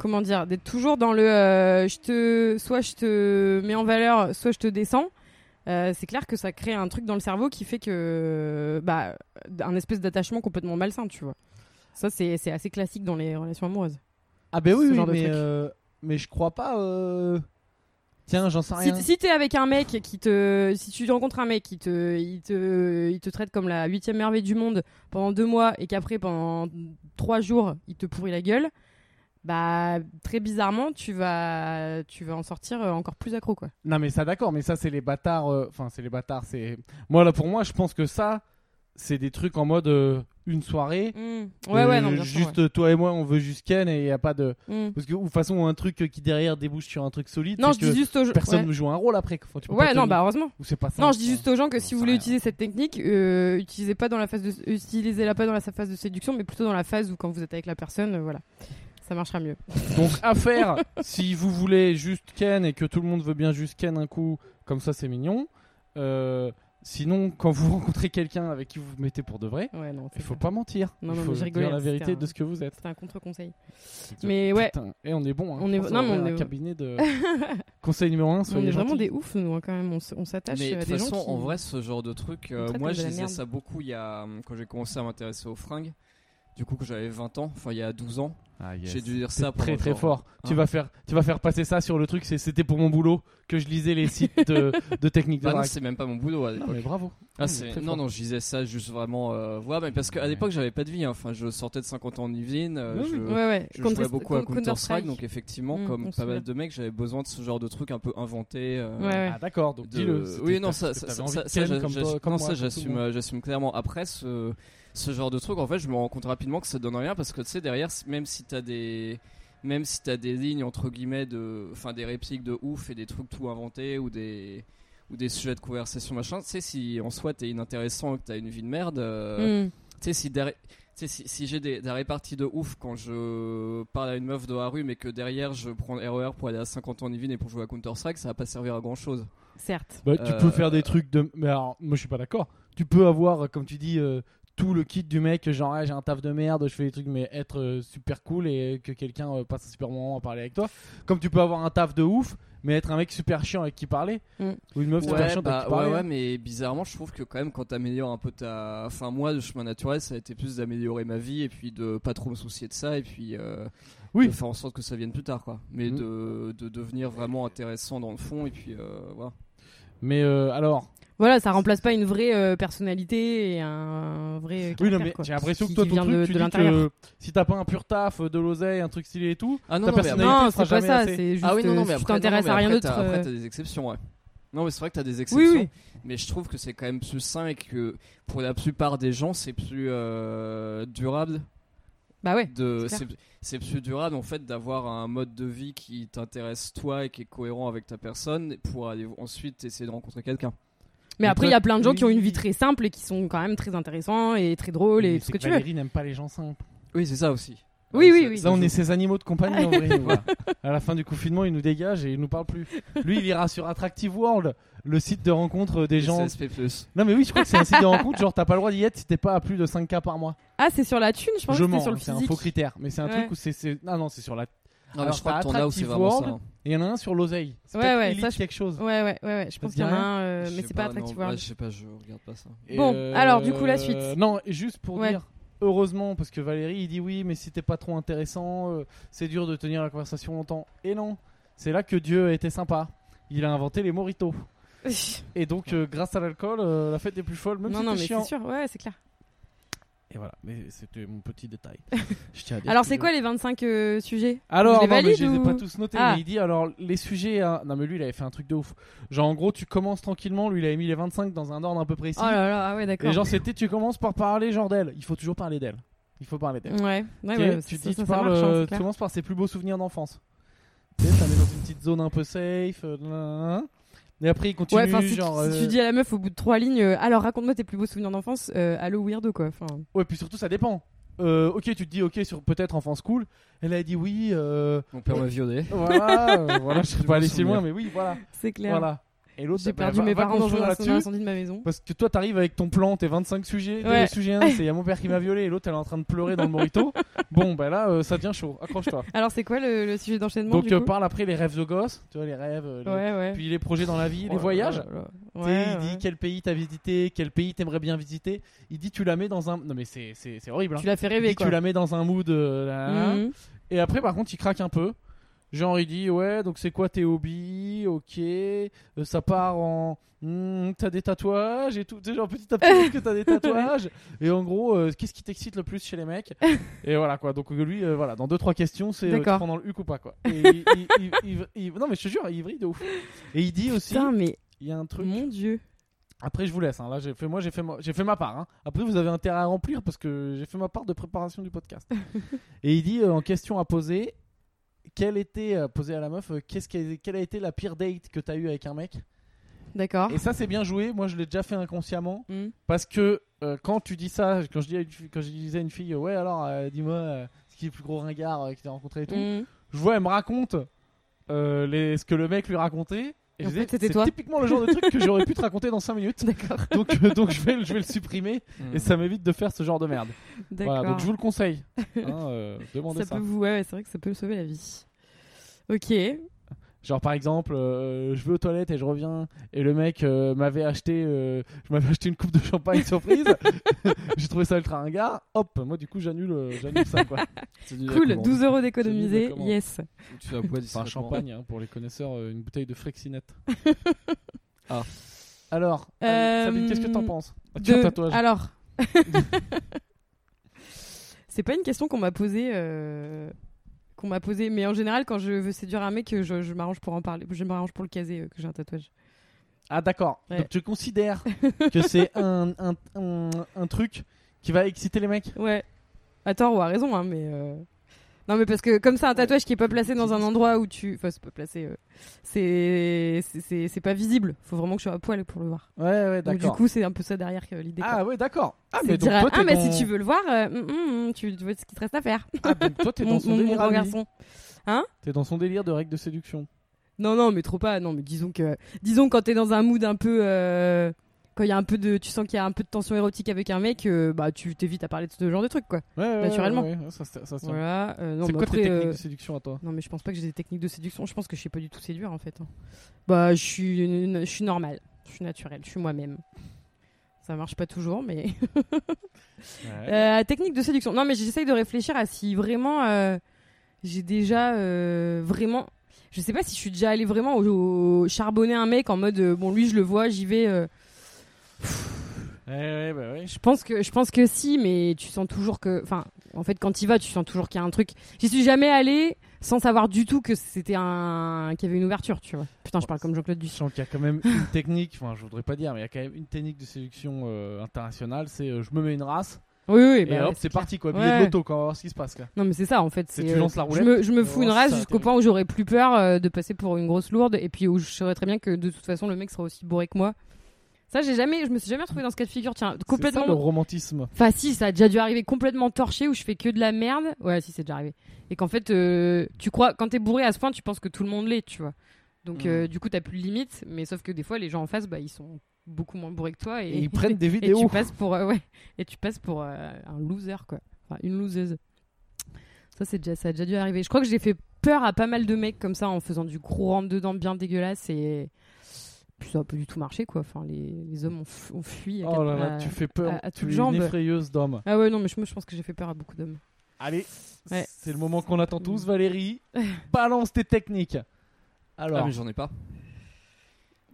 Speaker 2: comment dire D'être toujours dans le. euh, je te, soit je te mets en valeur, soit je te descends. euh, c'est clair que ça crée un truc dans le cerveau qui fait que. Bah, un espèce d'attachement complètement malsain, tu vois. Ça, c'est c'est assez classique dans les relations amoureuses.
Speaker 1: Ah ben oui,
Speaker 2: Ce
Speaker 1: oui,
Speaker 2: genre de
Speaker 1: mais,
Speaker 2: truc.
Speaker 1: euh, mais je crois pas. euh, Tiens, j'en sais rien.
Speaker 2: Si, si t'es avec un mec qui te. Si tu rencontres un mec qui te. Il te, il te traite comme la huitième merveille du monde pendant deux mois et qu'après, pendant trois jours, il te pourrit la gueule, bah, très bizarrement, tu vas, tu vas en sortir euh, encore plus accro, quoi.
Speaker 1: Non mais ça d'accord, mais ça c'est les bâtards. euh, Enfin c'est les bâtards. C'est moi là pour moi, je pense que ça c'est des trucs en mode euh, une soirée.
Speaker 2: Ouais,
Speaker 1: euh,
Speaker 2: ouais, non, bien sûr,
Speaker 1: juste
Speaker 2: ouais.
Speaker 1: euh, toi et moi, on veut juste Ken et il y a pas de
Speaker 2: Mm.
Speaker 1: parce que ou de toute façon un truc euh, qui derrière débouche sur un truc solide.
Speaker 2: Non,
Speaker 1: c'est
Speaker 2: je dis
Speaker 1: que
Speaker 2: juste aux gens.
Speaker 1: personne
Speaker 2: Ouais,
Speaker 1: ne joue un rôle après. quoi. Enfin, tu peux
Speaker 2: Ouais,
Speaker 1: pas
Speaker 2: non,
Speaker 1: tenir.
Speaker 2: bah, heureusement.
Speaker 1: Ou c'est pas ça.
Speaker 2: Non, je dis juste aux gens que si
Speaker 1: j'en sais
Speaker 2: vous voulez
Speaker 1: rien.
Speaker 2: utiliser cette technique, euh, utilisez pas dans la phase de, utilisez-la pas dans la phase de séduction, mais plutôt dans la phase où quand vous êtes avec la personne, euh, voilà, ça marchera mieux.
Speaker 1: Donc à faire si vous voulez juste Ken et que tout le monde veut bien juste Ken un coup, comme ça c'est mignon. Euh, sinon, quand vous rencontrez quelqu'un avec qui vous vous mettez pour de vrai,
Speaker 2: Ouais, non. c'est
Speaker 1: il faut
Speaker 2: clair.
Speaker 1: pas mentir.
Speaker 2: Non,
Speaker 1: il
Speaker 2: non,
Speaker 1: faut
Speaker 2: mais je rigolais,
Speaker 1: dire la vérité
Speaker 2: c'était un-
Speaker 1: de ce que vous êtes.
Speaker 2: C'était un contre-conseil. Mais ouais,
Speaker 1: Putain, et on est bon. Hein.
Speaker 2: On est-
Speaker 1: Je pense
Speaker 2: non, mais
Speaker 1: qu'on
Speaker 2: on
Speaker 1: a un
Speaker 2: est-
Speaker 1: cabinet de conseil numéro 1
Speaker 2: on
Speaker 1: soyez
Speaker 2: est vraiment
Speaker 1: gentils.
Speaker 2: des oufs, nous, hein, quand même. On s- on s'attache
Speaker 3: Mais de
Speaker 2: à
Speaker 3: toute
Speaker 2: euh, des gens
Speaker 3: façon,
Speaker 2: qui-
Speaker 3: en vrai, ce genre de truc, euh,
Speaker 2: traitent comme
Speaker 3: moi
Speaker 2: de
Speaker 3: je
Speaker 2: la
Speaker 3: disais
Speaker 2: merde.
Speaker 3: ça beaucoup il y a, hum, quand j'ai commencé à m'intéresser aux fringues. Du coup, quand j'avais 20 ans, enfin il y a 12 ans, j'ai dû dire
Speaker 1: C'est
Speaker 3: ça pour
Speaker 1: Ah, très très fort. Tu
Speaker 3: hein.
Speaker 1: vas faire, tu vas faire passer ça sur le truc. c'est- C'était pour mon boulot que je lisais les sites de, de technique de
Speaker 3: Bah non,
Speaker 1: drague.
Speaker 3: c'est même pas mon boulot à
Speaker 1: Non,
Speaker 3: l'époque.
Speaker 1: mais bravo.
Speaker 3: Ah,
Speaker 1: mais
Speaker 3: c'est-
Speaker 1: très
Speaker 3: non,
Speaker 1: fort.
Speaker 3: non, je disais ça juste vraiment. euh, voilà, mais parce qu'à
Speaker 1: Ouais.
Speaker 3: l'époque, j'avais pas de vie. hein. Enfin, je sortais de 50 ans en Yvelines. euh,
Speaker 1: Oui,
Speaker 3: je,
Speaker 1: oui.
Speaker 2: Ouais, ouais.
Speaker 3: je
Speaker 2: Contest-
Speaker 3: jouais beaucoup à
Speaker 2: Con-
Speaker 3: Counter-Strike.
Speaker 2: Counter-Strike.
Speaker 3: donc, effectivement,
Speaker 2: Mm, on
Speaker 3: comme
Speaker 2: se
Speaker 3: pas mal
Speaker 2: souvient.
Speaker 3: de mecs, j'avais besoin de ce genre de truc un peu inventé. euh,
Speaker 2: Ouais, ouais.
Speaker 1: Ah d'accord. Donc
Speaker 3: de-
Speaker 1: dis-le. c'était
Speaker 3: Oui, non,
Speaker 1: parce
Speaker 3: ça,
Speaker 1: que
Speaker 3: ça,
Speaker 1: t'avais
Speaker 3: ça,
Speaker 1: envie
Speaker 3: ça,
Speaker 1: de
Speaker 3: ça,
Speaker 1: Ken
Speaker 3: j'a-
Speaker 1: comme
Speaker 3: j'a-
Speaker 1: toi- comme
Speaker 3: non,
Speaker 1: moi,
Speaker 3: ça,
Speaker 1: comme tout hein. le
Speaker 3: j'assume,
Speaker 1: monde.
Speaker 3: euh, j'assume clairement. Après, ce, ce genre de truc, en fait, je me rends compte rapidement que ça donne rien parce que tu sais, derrière, c- même si t'as des, même si t'as des lignes entre guillemets de, enfin, des répliques de ouf et des trucs tout inventés ou des, ou des sujets de conversation machin, tu sais, si en soi t'es inintéressant et que t'as une vie de merde, euh,
Speaker 2: Mm.
Speaker 3: tu sais, si derrière- tu sais, si, si j'ai des, des réparties de ouf quand je parle à une meuf de la rue, mais que derrière je prends le RER pour aller à 50 ans Yvelines et pour jouer à Counter-Strike, ça va pas servir à grand chose.
Speaker 2: Certes.
Speaker 1: Bah, tu
Speaker 3: Euh,
Speaker 1: peux faire des trucs de. Mais alors, moi, je suis pas d'accord. Tu peux avoir, comme tu dis, euh, tout le kit du mec, genre, Ah, j'ai un taf de merde, je fais des trucs, mais être euh, super cool et que quelqu'un euh, passe un super moment à parler avec toi. Comme tu peux avoir un taf de ouf, mais être un mec super chiant avec qui parler.
Speaker 2: Mm.
Speaker 1: Ou une meuf super
Speaker 3: Ouais,
Speaker 1: chiante
Speaker 3: bah,
Speaker 1: avec qui parler.
Speaker 3: ouais,
Speaker 2: hein.
Speaker 3: ouais, mais bizarrement, je trouve que quand même, quand t'améliores un peu ta. Enfin, moi, le chemin naturel, ça a été plus d'améliorer ma vie et puis de pas trop me soucier de ça et puis euh,
Speaker 1: Oui.
Speaker 3: de faire en sorte que ça vienne plus tard, quoi. Mais
Speaker 1: Mm.
Speaker 3: de, de devenir vraiment intéressant dans le fond et puis euh, voilà.
Speaker 1: Mais euh, alors.
Speaker 2: Voilà, ça remplace pas une vraie euh, personnalité et un vrai. euh,
Speaker 1: Oui, non,
Speaker 2: caractère,
Speaker 1: mais
Speaker 2: quoi.
Speaker 1: j'ai l'impression
Speaker 2: Qui-
Speaker 1: que toi,
Speaker 2: qui
Speaker 1: ton
Speaker 2: vient
Speaker 1: truc,
Speaker 2: de-
Speaker 1: tu
Speaker 2: de
Speaker 1: dis
Speaker 2: l'intérieur.
Speaker 1: que si t'as pas un pur taf, euh, de l'oseille, un truc stylé et tout.
Speaker 3: Ah
Speaker 1: Ta
Speaker 3: non, non, mais
Speaker 1: personnalité
Speaker 2: Non,
Speaker 1: sera
Speaker 2: c'est pas
Speaker 1: jamais
Speaker 2: ça.
Speaker 1: assez.
Speaker 2: C'est juste.
Speaker 3: Ah oui, non, non,
Speaker 2: euh,
Speaker 3: mais
Speaker 2: si
Speaker 3: après,
Speaker 2: tu
Speaker 3: non, non,
Speaker 2: t'intéresses
Speaker 3: mais
Speaker 2: à rien
Speaker 3: après,
Speaker 2: d'autre.
Speaker 3: t'as- Après,
Speaker 2: euh,
Speaker 3: t'as des exceptions, ouais. Non, mais c'est vrai que t'as des
Speaker 2: Oui,
Speaker 3: exceptions.
Speaker 2: oui.
Speaker 3: Mais je trouve que c'est quand même plus sain et que pour la plupart des gens, c'est plus euh, durable.
Speaker 2: Bah ouais.
Speaker 3: de-
Speaker 2: c'est
Speaker 3: C'est c'est plus durable en fait d'avoir un mode de vie qui t'intéresse toi et qui est cohérent avec ta personne pour aller ensuite essayer de rencontrer quelqu'un.
Speaker 2: Mais
Speaker 1: Mais
Speaker 2: après,
Speaker 1: toi,
Speaker 2: il y a plein de gens qui ont une
Speaker 1: oui.
Speaker 2: vie très simple et qui sont quand même très intéressants et très drôles
Speaker 1: Mais
Speaker 2: et
Speaker 1: c'est
Speaker 2: tout ce que
Speaker 1: que
Speaker 2: tu veux.
Speaker 1: Valérie n'aime pas les gens simples.
Speaker 3: Oui, c'est ça aussi.
Speaker 2: Oui, oui,
Speaker 3: c'est-
Speaker 2: oui.
Speaker 1: Ça, on est ses animaux de compagnie en vrai. nous, là. à la fin du confinement, il nous dégage et il nous parle plus. Lui, il ira sur Attractive World, le site de rencontre des gens.
Speaker 3: SSP+.
Speaker 1: Non, mais oui, je crois que c'est un site de rencontre. Genre, t'as pas le droit d'y être si t'es pas à plus de 5K par mois.
Speaker 2: Ah, c'est sur la thune, je pense
Speaker 1: je
Speaker 2: que c'est
Speaker 1: mens, hein,
Speaker 2: sur le
Speaker 1: c'est un faux
Speaker 2: physique.
Speaker 1: critère. Mais c'est un
Speaker 2: Ouais.
Speaker 1: truc où c'est. c'est- Ah non, c'est sur la.
Speaker 3: Non, mais
Speaker 1: Alors,
Speaker 3: je crois
Speaker 1: t'as
Speaker 3: que t'en as où c'est
Speaker 1: Attractive
Speaker 3: vraiment ça.
Speaker 1: World,
Speaker 3: hein.
Speaker 1: Et il y en a un sur l'oseille. C'est
Speaker 2: Ouais,
Speaker 1: peut-être
Speaker 2: ouais,
Speaker 1: Elite
Speaker 2: ça, je-
Speaker 1: quelque chose.
Speaker 2: Ouais, ouais, ouais, ouais. Je pense
Speaker 1: te
Speaker 2: qu'il y en
Speaker 1: dit
Speaker 2: a
Speaker 1: rien
Speaker 2: un, euh,
Speaker 3: Je
Speaker 2: mais
Speaker 3: sais
Speaker 2: c'est pas
Speaker 3: non,
Speaker 2: Attractive
Speaker 3: bah,
Speaker 2: World.
Speaker 3: Je sais pas, je regarde pas ça.
Speaker 1: Et,
Speaker 2: Bon,
Speaker 1: euh,
Speaker 2: alors, du coup, la suite.
Speaker 1: Non, et juste pour
Speaker 2: Ouais.
Speaker 1: dire, heureusement, parce que Valérie, il dit oui, mais si t'es pas trop intéressant, euh, c'est dur de tenir la conversation longtemps. Et non, c'est là que Dieu a été sympa. Il a inventé les moritos. Et donc, euh, grâce à l'alcool, euh, la fête est plus folle, même
Speaker 2: non,
Speaker 1: si
Speaker 2: non,
Speaker 1: c'est
Speaker 2: mais
Speaker 1: chiant.
Speaker 2: c'est sûr, ouais, c'est clair.
Speaker 1: Et voilà, mais c'était mon petit détail. Je tiens à dire
Speaker 2: Alors,
Speaker 1: que
Speaker 2: c'est
Speaker 1: je-
Speaker 2: quoi les 25 euh, sujets
Speaker 1: alors,
Speaker 2: Vous les
Speaker 1: non, mais
Speaker 2: valide
Speaker 1: je les ai
Speaker 2: ou-
Speaker 1: pas tous notés,
Speaker 2: Ah.
Speaker 1: mais il dit alors les sujets. hein, Non, mais lui, il avait fait un truc de ouf. Genre, en gros, tu commences tranquillement. Lui, il avait mis les 25 dans un ordre un peu précis.
Speaker 2: Oh là là, ah ouais,
Speaker 1: et
Speaker 2: d'accord.
Speaker 1: genre, c'était tu commences par parler, genre d'elle. Il faut toujours parler d'elle. Il faut parler d'elle.
Speaker 2: Mm. Ouais, ouais,
Speaker 1: Tu
Speaker 2: ouais,
Speaker 1: sais, tu
Speaker 2: ça,
Speaker 1: dis,
Speaker 2: ça,
Speaker 1: tu
Speaker 2: ça
Speaker 1: parles,
Speaker 2: marche, hein,
Speaker 1: euh,
Speaker 2: c'est
Speaker 1: tu
Speaker 2: clair.
Speaker 1: commences par ses plus beaux souvenirs d'enfance. Tu sais, ça met dans une petite zone un peu safe. euh, nanana. Et après, il continue.
Speaker 2: Ouais, enfin, si, tu-
Speaker 1: genre,
Speaker 2: si
Speaker 1: euh,
Speaker 2: tu dis à la meuf au bout de trois lignes, euh, alors raconte-moi tes plus beaux souvenirs d'enfance, euh, allo weirdo quoi. Enfin,
Speaker 1: Ouais, puis surtout, ça dépend. Euh, ok, tu te dis, ok, sur peut-être enfance cool. Elle a dit oui. euh,
Speaker 3: Mon père m'a violé.
Speaker 1: voilà, euh, voilà, je ne
Speaker 3: Je
Speaker 1: pas
Speaker 3: m'en
Speaker 1: aller si loin, mais
Speaker 3: souviens.
Speaker 1: oui, voilà.
Speaker 2: c'est clair.
Speaker 1: voilà. Et l'autre,
Speaker 2: J'ai
Speaker 1: bah,
Speaker 2: perdu
Speaker 1: va-
Speaker 2: mes
Speaker 1: va
Speaker 2: parents dans
Speaker 1: construire
Speaker 2: un
Speaker 1: là-dessus.
Speaker 2: incendie de ma maison.
Speaker 1: Parce que toi, t'arrives avec ton plan, tes 25 sujets, dès
Speaker 2: Ouais.
Speaker 1: le sujet 1, c'est il y a mon père qui m'a violé et l'autre, elle est en train de pleurer dans le morito. bon, bah là, euh, ça devient chaud, accroche-toi.
Speaker 2: Alors c'est quoi le, le sujet d'enchaînement
Speaker 1: Donc,
Speaker 2: du
Speaker 1: euh,
Speaker 2: coup
Speaker 1: parle après les rêves de gosse, tu vois, les rêves, euh, les-
Speaker 2: Ouais, ouais.
Speaker 1: puis les projets dans la vie,
Speaker 2: Oh
Speaker 1: les
Speaker 2: là
Speaker 1: voyages.
Speaker 2: là là.
Speaker 1: Tu
Speaker 2: Ouais,
Speaker 1: sais, il
Speaker 2: ouais.
Speaker 1: dit quel pays t'as visité, quel pays t'aimerais bien visiter. Il dit tu la mets dans un. Non mais c'est c'est- c'est horrible. hein.
Speaker 2: Tu l'as fait
Speaker 1: Il
Speaker 2: rêver
Speaker 1: dit
Speaker 2: quoi.
Speaker 1: tu la mets dans un mood. euh, là, là, là.
Speaker 2: Mhm.
Speaker 1: Et après, par contre, il craque un peu. Genre, il dit Ouais, donc c'est quoi tes hobbies Ok. Euh, ça part en. Hmm, t'as des tatouages et tout. Tu sais, genre petit à petit que t'as des tatouages. Et en gros, euh, qu'est-ce qui t'excite le plus chez les mecs Et voilà quoi. Donc, lui, euh, voilà, dans deux trois questions, c'est euh, tu
Speaker 2: D'accord.
Speaker 1: prends dans le huc ou pas quoi. Et il- il- il- il- il- Non, mais je te jure, il vrille de ouf. Et il dit aussi
Speaker 2: Putain, mais
Speaker 1: Il y a un truc.
Speaker 2: mon dieu.
Speaker 1: Après, je vous laisse. hein. Là, j'ai fait, moi, j'ai fait, ma- j'ai fait ma part. hein. Après, vous avez intérêt à remplir parce que j'ai fait ma part de préparation du podcast. et il dit euh, en question à poser, quelle était euh, posée à la meuf, euh, qu'est-ce qui a- quelle a été la pire date que t'as eu avec un mec
Speaker 2: D'accord.
Speaker 1: Et ça, c'est bien joué. Moi, je l'ai déjà fait inconsciemment
Speaker 2: Mhm.
Speaker 1: parce que euh, quand tu dis ça, quand je dis à une fille- quand je disais à une fille, euh, ouais, alors, euh, dis-moi, euh, ce qui est le plus gros ringard euh, que t'as rencontré et tout.
Speaker 2: Mhm.
Speaker 1: Je vois, elle me raconte euh, les- ce que le mec lui racontait. Et
Speaker 2: En
Speaker 1: je
Speaker 2: fait,
Speaker 1: disais,
Speaker 2: c'était
Speaker 1: c'est
Speaker 2: toi.
Speaker 1: typiquement le genre de truc que j'aurais pu te raconter dans 5 minutes.
Speaker 2: D'accord.
Speaker 1: donc euh, donc je, vais, le- je vais le supprimer
Speaker 3: Mmh.
Speaker 1: et ça m'évite de faire ce genre de merde.
Speaker 2: D'accord.
Speaker 1: Voilà, donc je vous le conseille. Hein, euh, demandez
Speaker 2: ça,
Speaker 1: ça.
Speaker 2: peut vous, ouais, ouais, c'est vrai que ça peut sauver la vie. Ok.
Speaker 1: Genre par exemple, euh, je vais aux toilettes et je reviens et le mec euh, m'avait acheté, euh, je m'avais acheté une coupe de champagne surprise. J'ai trouvé ça ultra ringard. Hop, moi du coup j'annule, euh, j'annule ça quoi.
Speaker 2: Cool. 12 euros d'économisés.
Speaker 1: C'est nul, la
Speaker 2: Yes.
Speaker 3: Tu la bois
Speaker 1: Enfin,
Speaker 3: discrètement.
Speaker 1: champagne hein, pour les connaisseurs, euh, une bouteille de Frexinette.
Speaker 3: Ah.
Speaker 1: Alors,
Speaker 2: Euh,
Speaker 1: Sabine, qu'est-ce que t'en penses As-tu
Speaker 2: De-
Speaker 1: un tatouage
Speaker 2: Alors. c'est pas une question qu'on m'a posée. euh, Qu'on m'a posée. Mais en général, quand je veux séduire un mec, je, je m'arrange pour en parler. Je m'arrange pour le caser, euh, que j'ai un tatouage.
Speaker 1: Ah d'accord.
Speaker 2: Ouais.
Speaker 1: Donc tu considères que c'est un, un, un, un truc qui va exciter les mecs
Speaker 2: Ouais. À tort ou à raison, hein, mais. euh, Non, mais parce que comme ça, un tatouage qui est pas placé dans un endroit où tu. Enfin, c'est pas placé. euh, C'est. c'est- C'est c'est pas visible. Faut vraiment que je sois à poil pour le voir.
Speaker 1: Ouais ouais
Speaker 2: Donc, du
Speaker 1: d'accord.
Speaker 2: coup, c'est un peu ça derrière que l'idée. quoi.
Speaker 1: Ah ouais d'accord. Ah
Speaker 2: C'est
Speaker 1: mais
Speaker 2: de
Speaker 1: donc
Speaker 2: dire,
Speaker 1: toi
Speaker 2: ah,
Speaker 1: t'es
Speaker 2: mais
Speaker 1: dans...
Speaker 2: si tu veux le voir, euh, hum, hum, hum, tu, tu vois ce qu'il te reste à faire.
Speaker 1: Ah, donc toi t'es dans
Speaker 2: mon,
Speaker 1: son
Speaker 2: mon- mon
Speaker 1: délire.
Speaker 2: grand
Speaker 1: à lui.
Speaker 2: garçon.
Speaker 1: T'es dans son délire de règles de séduction.
Speaker 2: Non, non, mais trop pas. Non, mais disons que, disons quand t'es dans un mood un peu, euh, quand il y a un peu de, tu sens qu'il y a un peu de tension érotique avec un mec, euh, bah tu t'évites à parler de ce genre de trucs, quoi.
Speaker 1: Ouais, ouais, ouais,
Speaker 2: Naturellement.
Speaker 1: ouais, ouais, ça, se- ça se tient.
Speaker 2: Voilà. euh, non,
Speaker 1: c'est
Speaker 2: mais
Speaker 1: quoi
Speaker 2: après,
Speaker 1: tes techniques
Speaker 2: euh,
Speaker 1: de séduction à toi
Speaker 2: non, mais je pense pas que j'ai des techniques de séduction. Je pense que je sais pas du tout séduire en fait. hein. Bah, je suis, une- je suis normale, je suis naturelle, je suis moi-même. Ça marche pas toujours, mais. Euh, technique de séduction. Non, mais j'essaye de réfléchir à si vraiment euh, j'ai déjà euh, vraiment. Je sais pas si je suis déjà allée vraiment au, au- charbonner un mec en mode euh, bon lui je le vois j'y vais. euh.
Speaker 1: Ouais, ouais, bah ouais.
Speaker 2: Je pense que je pense que si, mais tu sens toujours que enfin en fait quand il va tu sens toujours qu'il y a un truc. J'y suis jamais allée sans savoir du tout que c'était un qu'il y avait une ouverture tu vois. Putain je parle comme Jean-Claude
Speaker 1: Je
Speaker 2: Duchamp.
Speaker 1: sens qu'il y a quand même une technique, enfin je voudrais pas dire, mais il y a quand même une technique de séduction euh, internationale, c'est euh, je me mets une race
Speaker 2: Oui oui.
Speaker 1: et,
Speaker 2: bah,
Speaker 1: hop c'est
Speaker 2: clair.
Speaker 1: parti quoi, billet
Speaker 2: Ouais.
Speaker 1: de l'auto quand on va voir ce qui se passe. Quoi.
Speaker 2: Non mais c'est ça en fait.
Speaker 1: C'est
Speaker 2: c'est,
Speaker 1: tu
Speaker 2: euh,
Speaker 1: lances la
Speaker 2: Je
Speaker 1: roulette.
Speaker 2: me, je me
Speaker 1: Et
Speaker 2: fous une
Speaker 1: voilà,
Speaker 2: race
Speaker 1: ça,
Speaker 2: jusqu'au
Speaker 1: t'es-
Speaker 2: point où j'aurais plus peur euh, de passer pour une grosse lourde et puis où je saurais très bien que de toute façon le mec sera aussi bourré que moi. Ça, j'ai jamais, je me suis jamais retrouvée dans ce cas de figure. Tiens,
Speaker 1: C'est ça, le
Speaker 2: complètement.
Speaker 1: romantisme.
Speaker 2: Enfin, si, ça a déjà dû arriver complètement torché où je fais que de la merde. Ouais, si, c'est déjà arrivé. Et qu'en fait, euh, tu crois, quand t'es bourré à ce point, tu penses que tout le monde l'est, tu vois. Donc,
Speaker 1: Mmh.
Speaker 3: Mhm.
Speaker 2: euh, du coup, t'as plus de limite. Mais sauf que des fois, les gens en face, bah, ils sont beaucoup moins bourrés que toi. Et,
Speaker 1: Et ils prennent des
Speaker 2: et
Speaker 1: vidéos.
Speaker 2: tu passes pour euh, ouais et tu passes pour euh, un loser quoi enfin une loseuse ça c'est déjà ça a déjà dû arriver je crois que j'ai fait peur à pas mal de mecs comme ça en faisant du gros rentre dedans bien dégueulasse et puis ça a pas du tout marché quoi enfin les, les hommes ont, fu- ont fui à
Speaker 1: Oh là
Speaker 2: quel-
Speaker 1: là,
Speaker 2: à-
Speaker 1: tu fais peur.
Speaker 2: à- à
Speaker 1: tu
Speaker 2: toutes
Speaker 1: es
Speaker 2: jambes.
Speaker 1: une effrayeuse d'homme.
Speaker 2: ah ouais non mais je, moi, je pense que j'ai fait peur à beaucoup d'hommes
Speaker 1: Allez,
Speaker 2: Ouais. Mm.
Speaker 1: c'est le moment qu'on attend tous, Valérie. Balance tes techniques.
Speaker 3: Ah,
Speaker 1: Alors,
Speaker 3: mais j'en ai pas.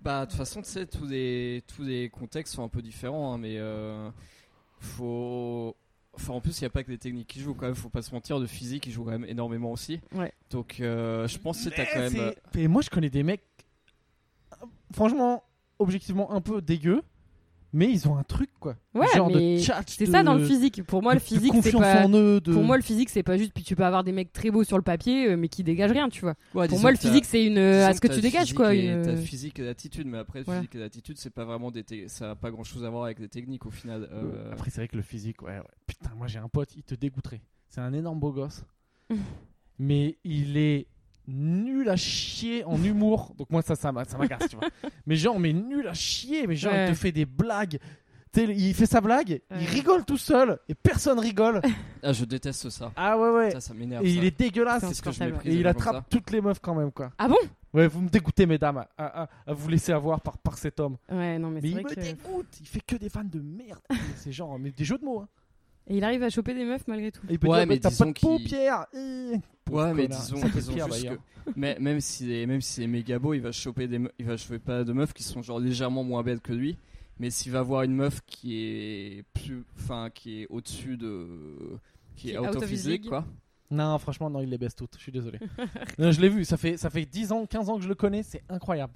Speaker 3: Bah, de toute façon, tu sais, tous les, tous les contextes sont un peu différents, hein, mais euh, faut. Enfin, en plus, il n'y a pas que des techniques qui jouent quand même, faut pas se mentir, de physique, ils jouent quand même énormément aussi.
Speaker 2: Ouais.
Speaker 3: Donc, euh, je pense que t'as quand
Speaker 1: Mais
Speaker 3: même.
Speaker 1: eh, c'est- mais moi, je connais des mecs, euh, franchement, objectivement, un peu dégueux, mais ils ont un truc quoi.
Speaker 2: Ouais,
Speaker 1: Genre
Speaker 2: mais
Speaker 1: de tchatch.
Speaker 2: C'est
Speaker 1: de-
Speaker 2: ça dans le physique. Pour moi,
Speaker 1: de-
Speaker 2: le
Speaker 1: de
Speaker 2: physique, c'est
Speaker 1: confiance
Speaker 2: pas.
Speaker 1: en eux. De...
Speaker 2: Pour moi, le physique, c'est pas juste. Puis tu peux avoir des mecs très beaux sur le papier, euh, mais qui dégagent rien, tu vois. Pour moi, le physique, c'est une. euh, à ce que tu dégages, quoi. une- euh,
Speaker 3: Ta physique et l'attitude, mais après,
Speaker 2: Voilà.
Speaker 3: physique et l'attitude, c'est pas vraiment des. te- Ça a pas grand chose à voir avec des techniques au final.
Speaker 1: Euh,
Speaker 3: euh,
Speaker 1: Après, c'est vrai que le physique, ouais, ouais. Putain, moi j'ai un pote, il te dégoûterait. C'est un énorme beau gosse. mais il est nul à chier en humour. Donc moi, ça, ça m'a- ça m'agace, tu vois. Mais genre, mais nul à chier. Mais genre,
Speaker 2: Ouais.
Speaker 1: il te fait des blagues. Tu sais, Il fait sa blague,
Speaker 2: Ouais.
Speaker 1: il rigole tout seul et personne rigole.
Speaker 3: Ah, je déteste ça.
Speaker 1: ah ouais, ouais.
Speaker 3: Ça, ça m'énerve.
Speaker 1: et
Speaker 3: ça.
Speaker 1: il est dégueulasse.
Speaker 3: C'est ce que je
Speaker 2: insupportable,
Speaker 3: méprise
Speaker 1: Et il
Speaker 3: dans
Speaker 1: attrape
Speaker 3: ça.
Speaker 1: toutes les meufs quand même, quoi.
Speaker 2: Ah bon
Speaker 1: Ouais, vous me dégoûtez, mesdames, à, à- à vous laisser avoir par, par cet homme.
Speaker 2: Ouais, non, mais,
Speaker 1: Mais
Speaker 2: c'est
Speaker 1: il
Speaker 2: vrai
Speaker 1: me
Speaker 2: que.
Speaker 1: dégoûte, il fait que des fans de merde. c'est genre, mais des jeux de mots. Hein.
Speaker 2: Et il arrive à choper des meuf malgré tout.
Speaker 1: Et il peut
Speaker 3: Ouais,
Speaker 1: dire,
Speaker 3: mais
Speaker 1: mais t'as pas
Speaker 3: disons
Speaker 1: de
Speaker 3: qu'il-
Speaker 1: paupières. euh. Pauvre
Speaker 3: Ouais, mais
Speaker 1: connard.
Speaker 3: disons,
Speaker 1: Ça fait
Speaker 3: disons
Speaker 1: pire,
Speaker 3: juste
Speaker 1: d'ailleurs.
Speaker 3: que- mais- même si les- même si c'est méga beau, il va choper des, me- il va choper pas de meufs qui sont genre légèrement moins belles que lui. Mais s'il va voir une meuf qui est plus, enfin, qui est au-dessus de, qui, est out, of his league, quoi.
Speaker 1: Non, franchement, non, il les baisse toutes. Je suis désolé. Non, je l'ai vu, ça fait, ça fait 10 ans, 15 ans que je le connais, c'est incroyable.